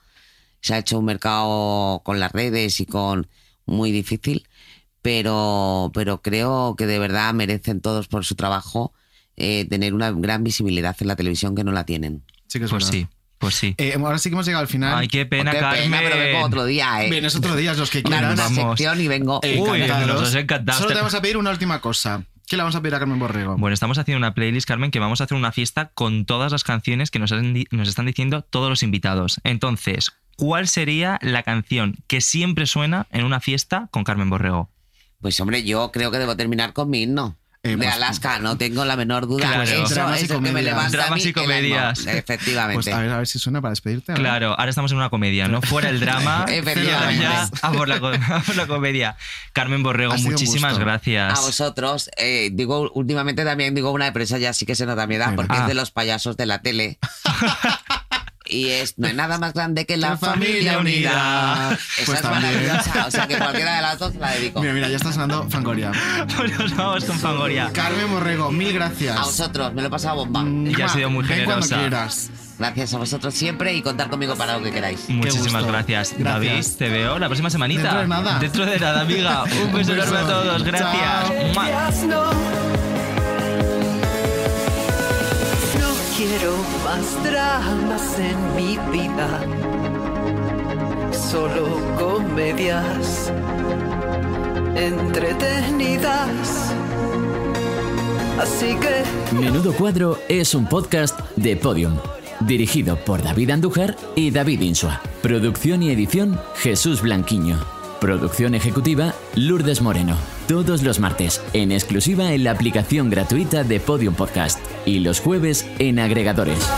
Se ha hecho un mercado con las redes y con muy difícil, pero, pero creo que de verdad merecen todos por su trabajo eh, tener una gran visibilidad en la televisión que no la tienen.
Sí, que es
Pues
verdad.
sí, pues sí.
Eh, ahora sí que hemos llegado al final.
Ay, qué pena,
Qué
Carmen.
pena, pero vengo otro día, eh.
Vienes otro día, los que
Me haré
quieras.
una sección y vengo.
Uy,
Encantados.
nos has encantado.
Solo te vamos a pedir una última cosa. ¿Qué le vamos a pedir a Carmen Borrego?
Bueno, estamos haciendo una playlist, Carmen, que vamos a hacer una fiesta con todas las canciones que nos, han di- nos están diciendo todos los invitados. Entonces, ¿cuál sería la canción que siempre suena en una fiesta con Carmen Borrego?
Pues hombre, yo creo que debo terminar con mi himno. de
pues-
Alaska, no tengo la menor duda.
Claro.
Eso
Dramas y
es lo que me
comedias.
levanta a
Dramas
mí
y
el ánimo.
comedias.
Efectivamente.
Pues a ver, a ver si suena para despedirte. a ver.
Claro, ahora estamos en una comedia, ¿no? Fuera el drama.
Efectivamente.
cero ya, a por, la, co- a por la comedia. Carmen Borrego,
Ha sido un
muchísimas
gusto.
gracias.
A vosotros, eh, digo, últimamente también digo una empresa ya sí que se nota mi edad, porque
Ah.
es de los payasos de la tele. y es, no hay nada más grande que la, familia, unida. Esa
Pues
es
también.
maravillosa. O sea que cualquiera de las dos la dedico.
Mira, mira, ya está sonando Fangoria.
Pues nos vamos con Fangoria.
Carmen Borrego, mil gracias.
A vosotros, me lo he pasado bomba.
Mm.
Ella ha sido muy
Ven cuando
generosa.
quieras.
Gracias a vosotros siempre y contar conmigo para lo que queráis.
Muchísimas
Qué gusto.
gracias.
Gracias.
David, te veo la próxima semanita.
Dentro de nada.
Dentro de nada, amiga. Un beso enorme a todos. Gracias. Mua.
No, no quiero más dramas en mi vida, solo comedias entretenidas. Así que
Menudo Cuadro es un podcast de Podium, dirigido por David Andújar y David Insua. Producción y edición Jesús Blanquiño. Producción ejecutiva Lourdes Moreno. Todos los martes, en exclusiva en la aplicación gratuita de Podium Podcast y los jueves en agregadores.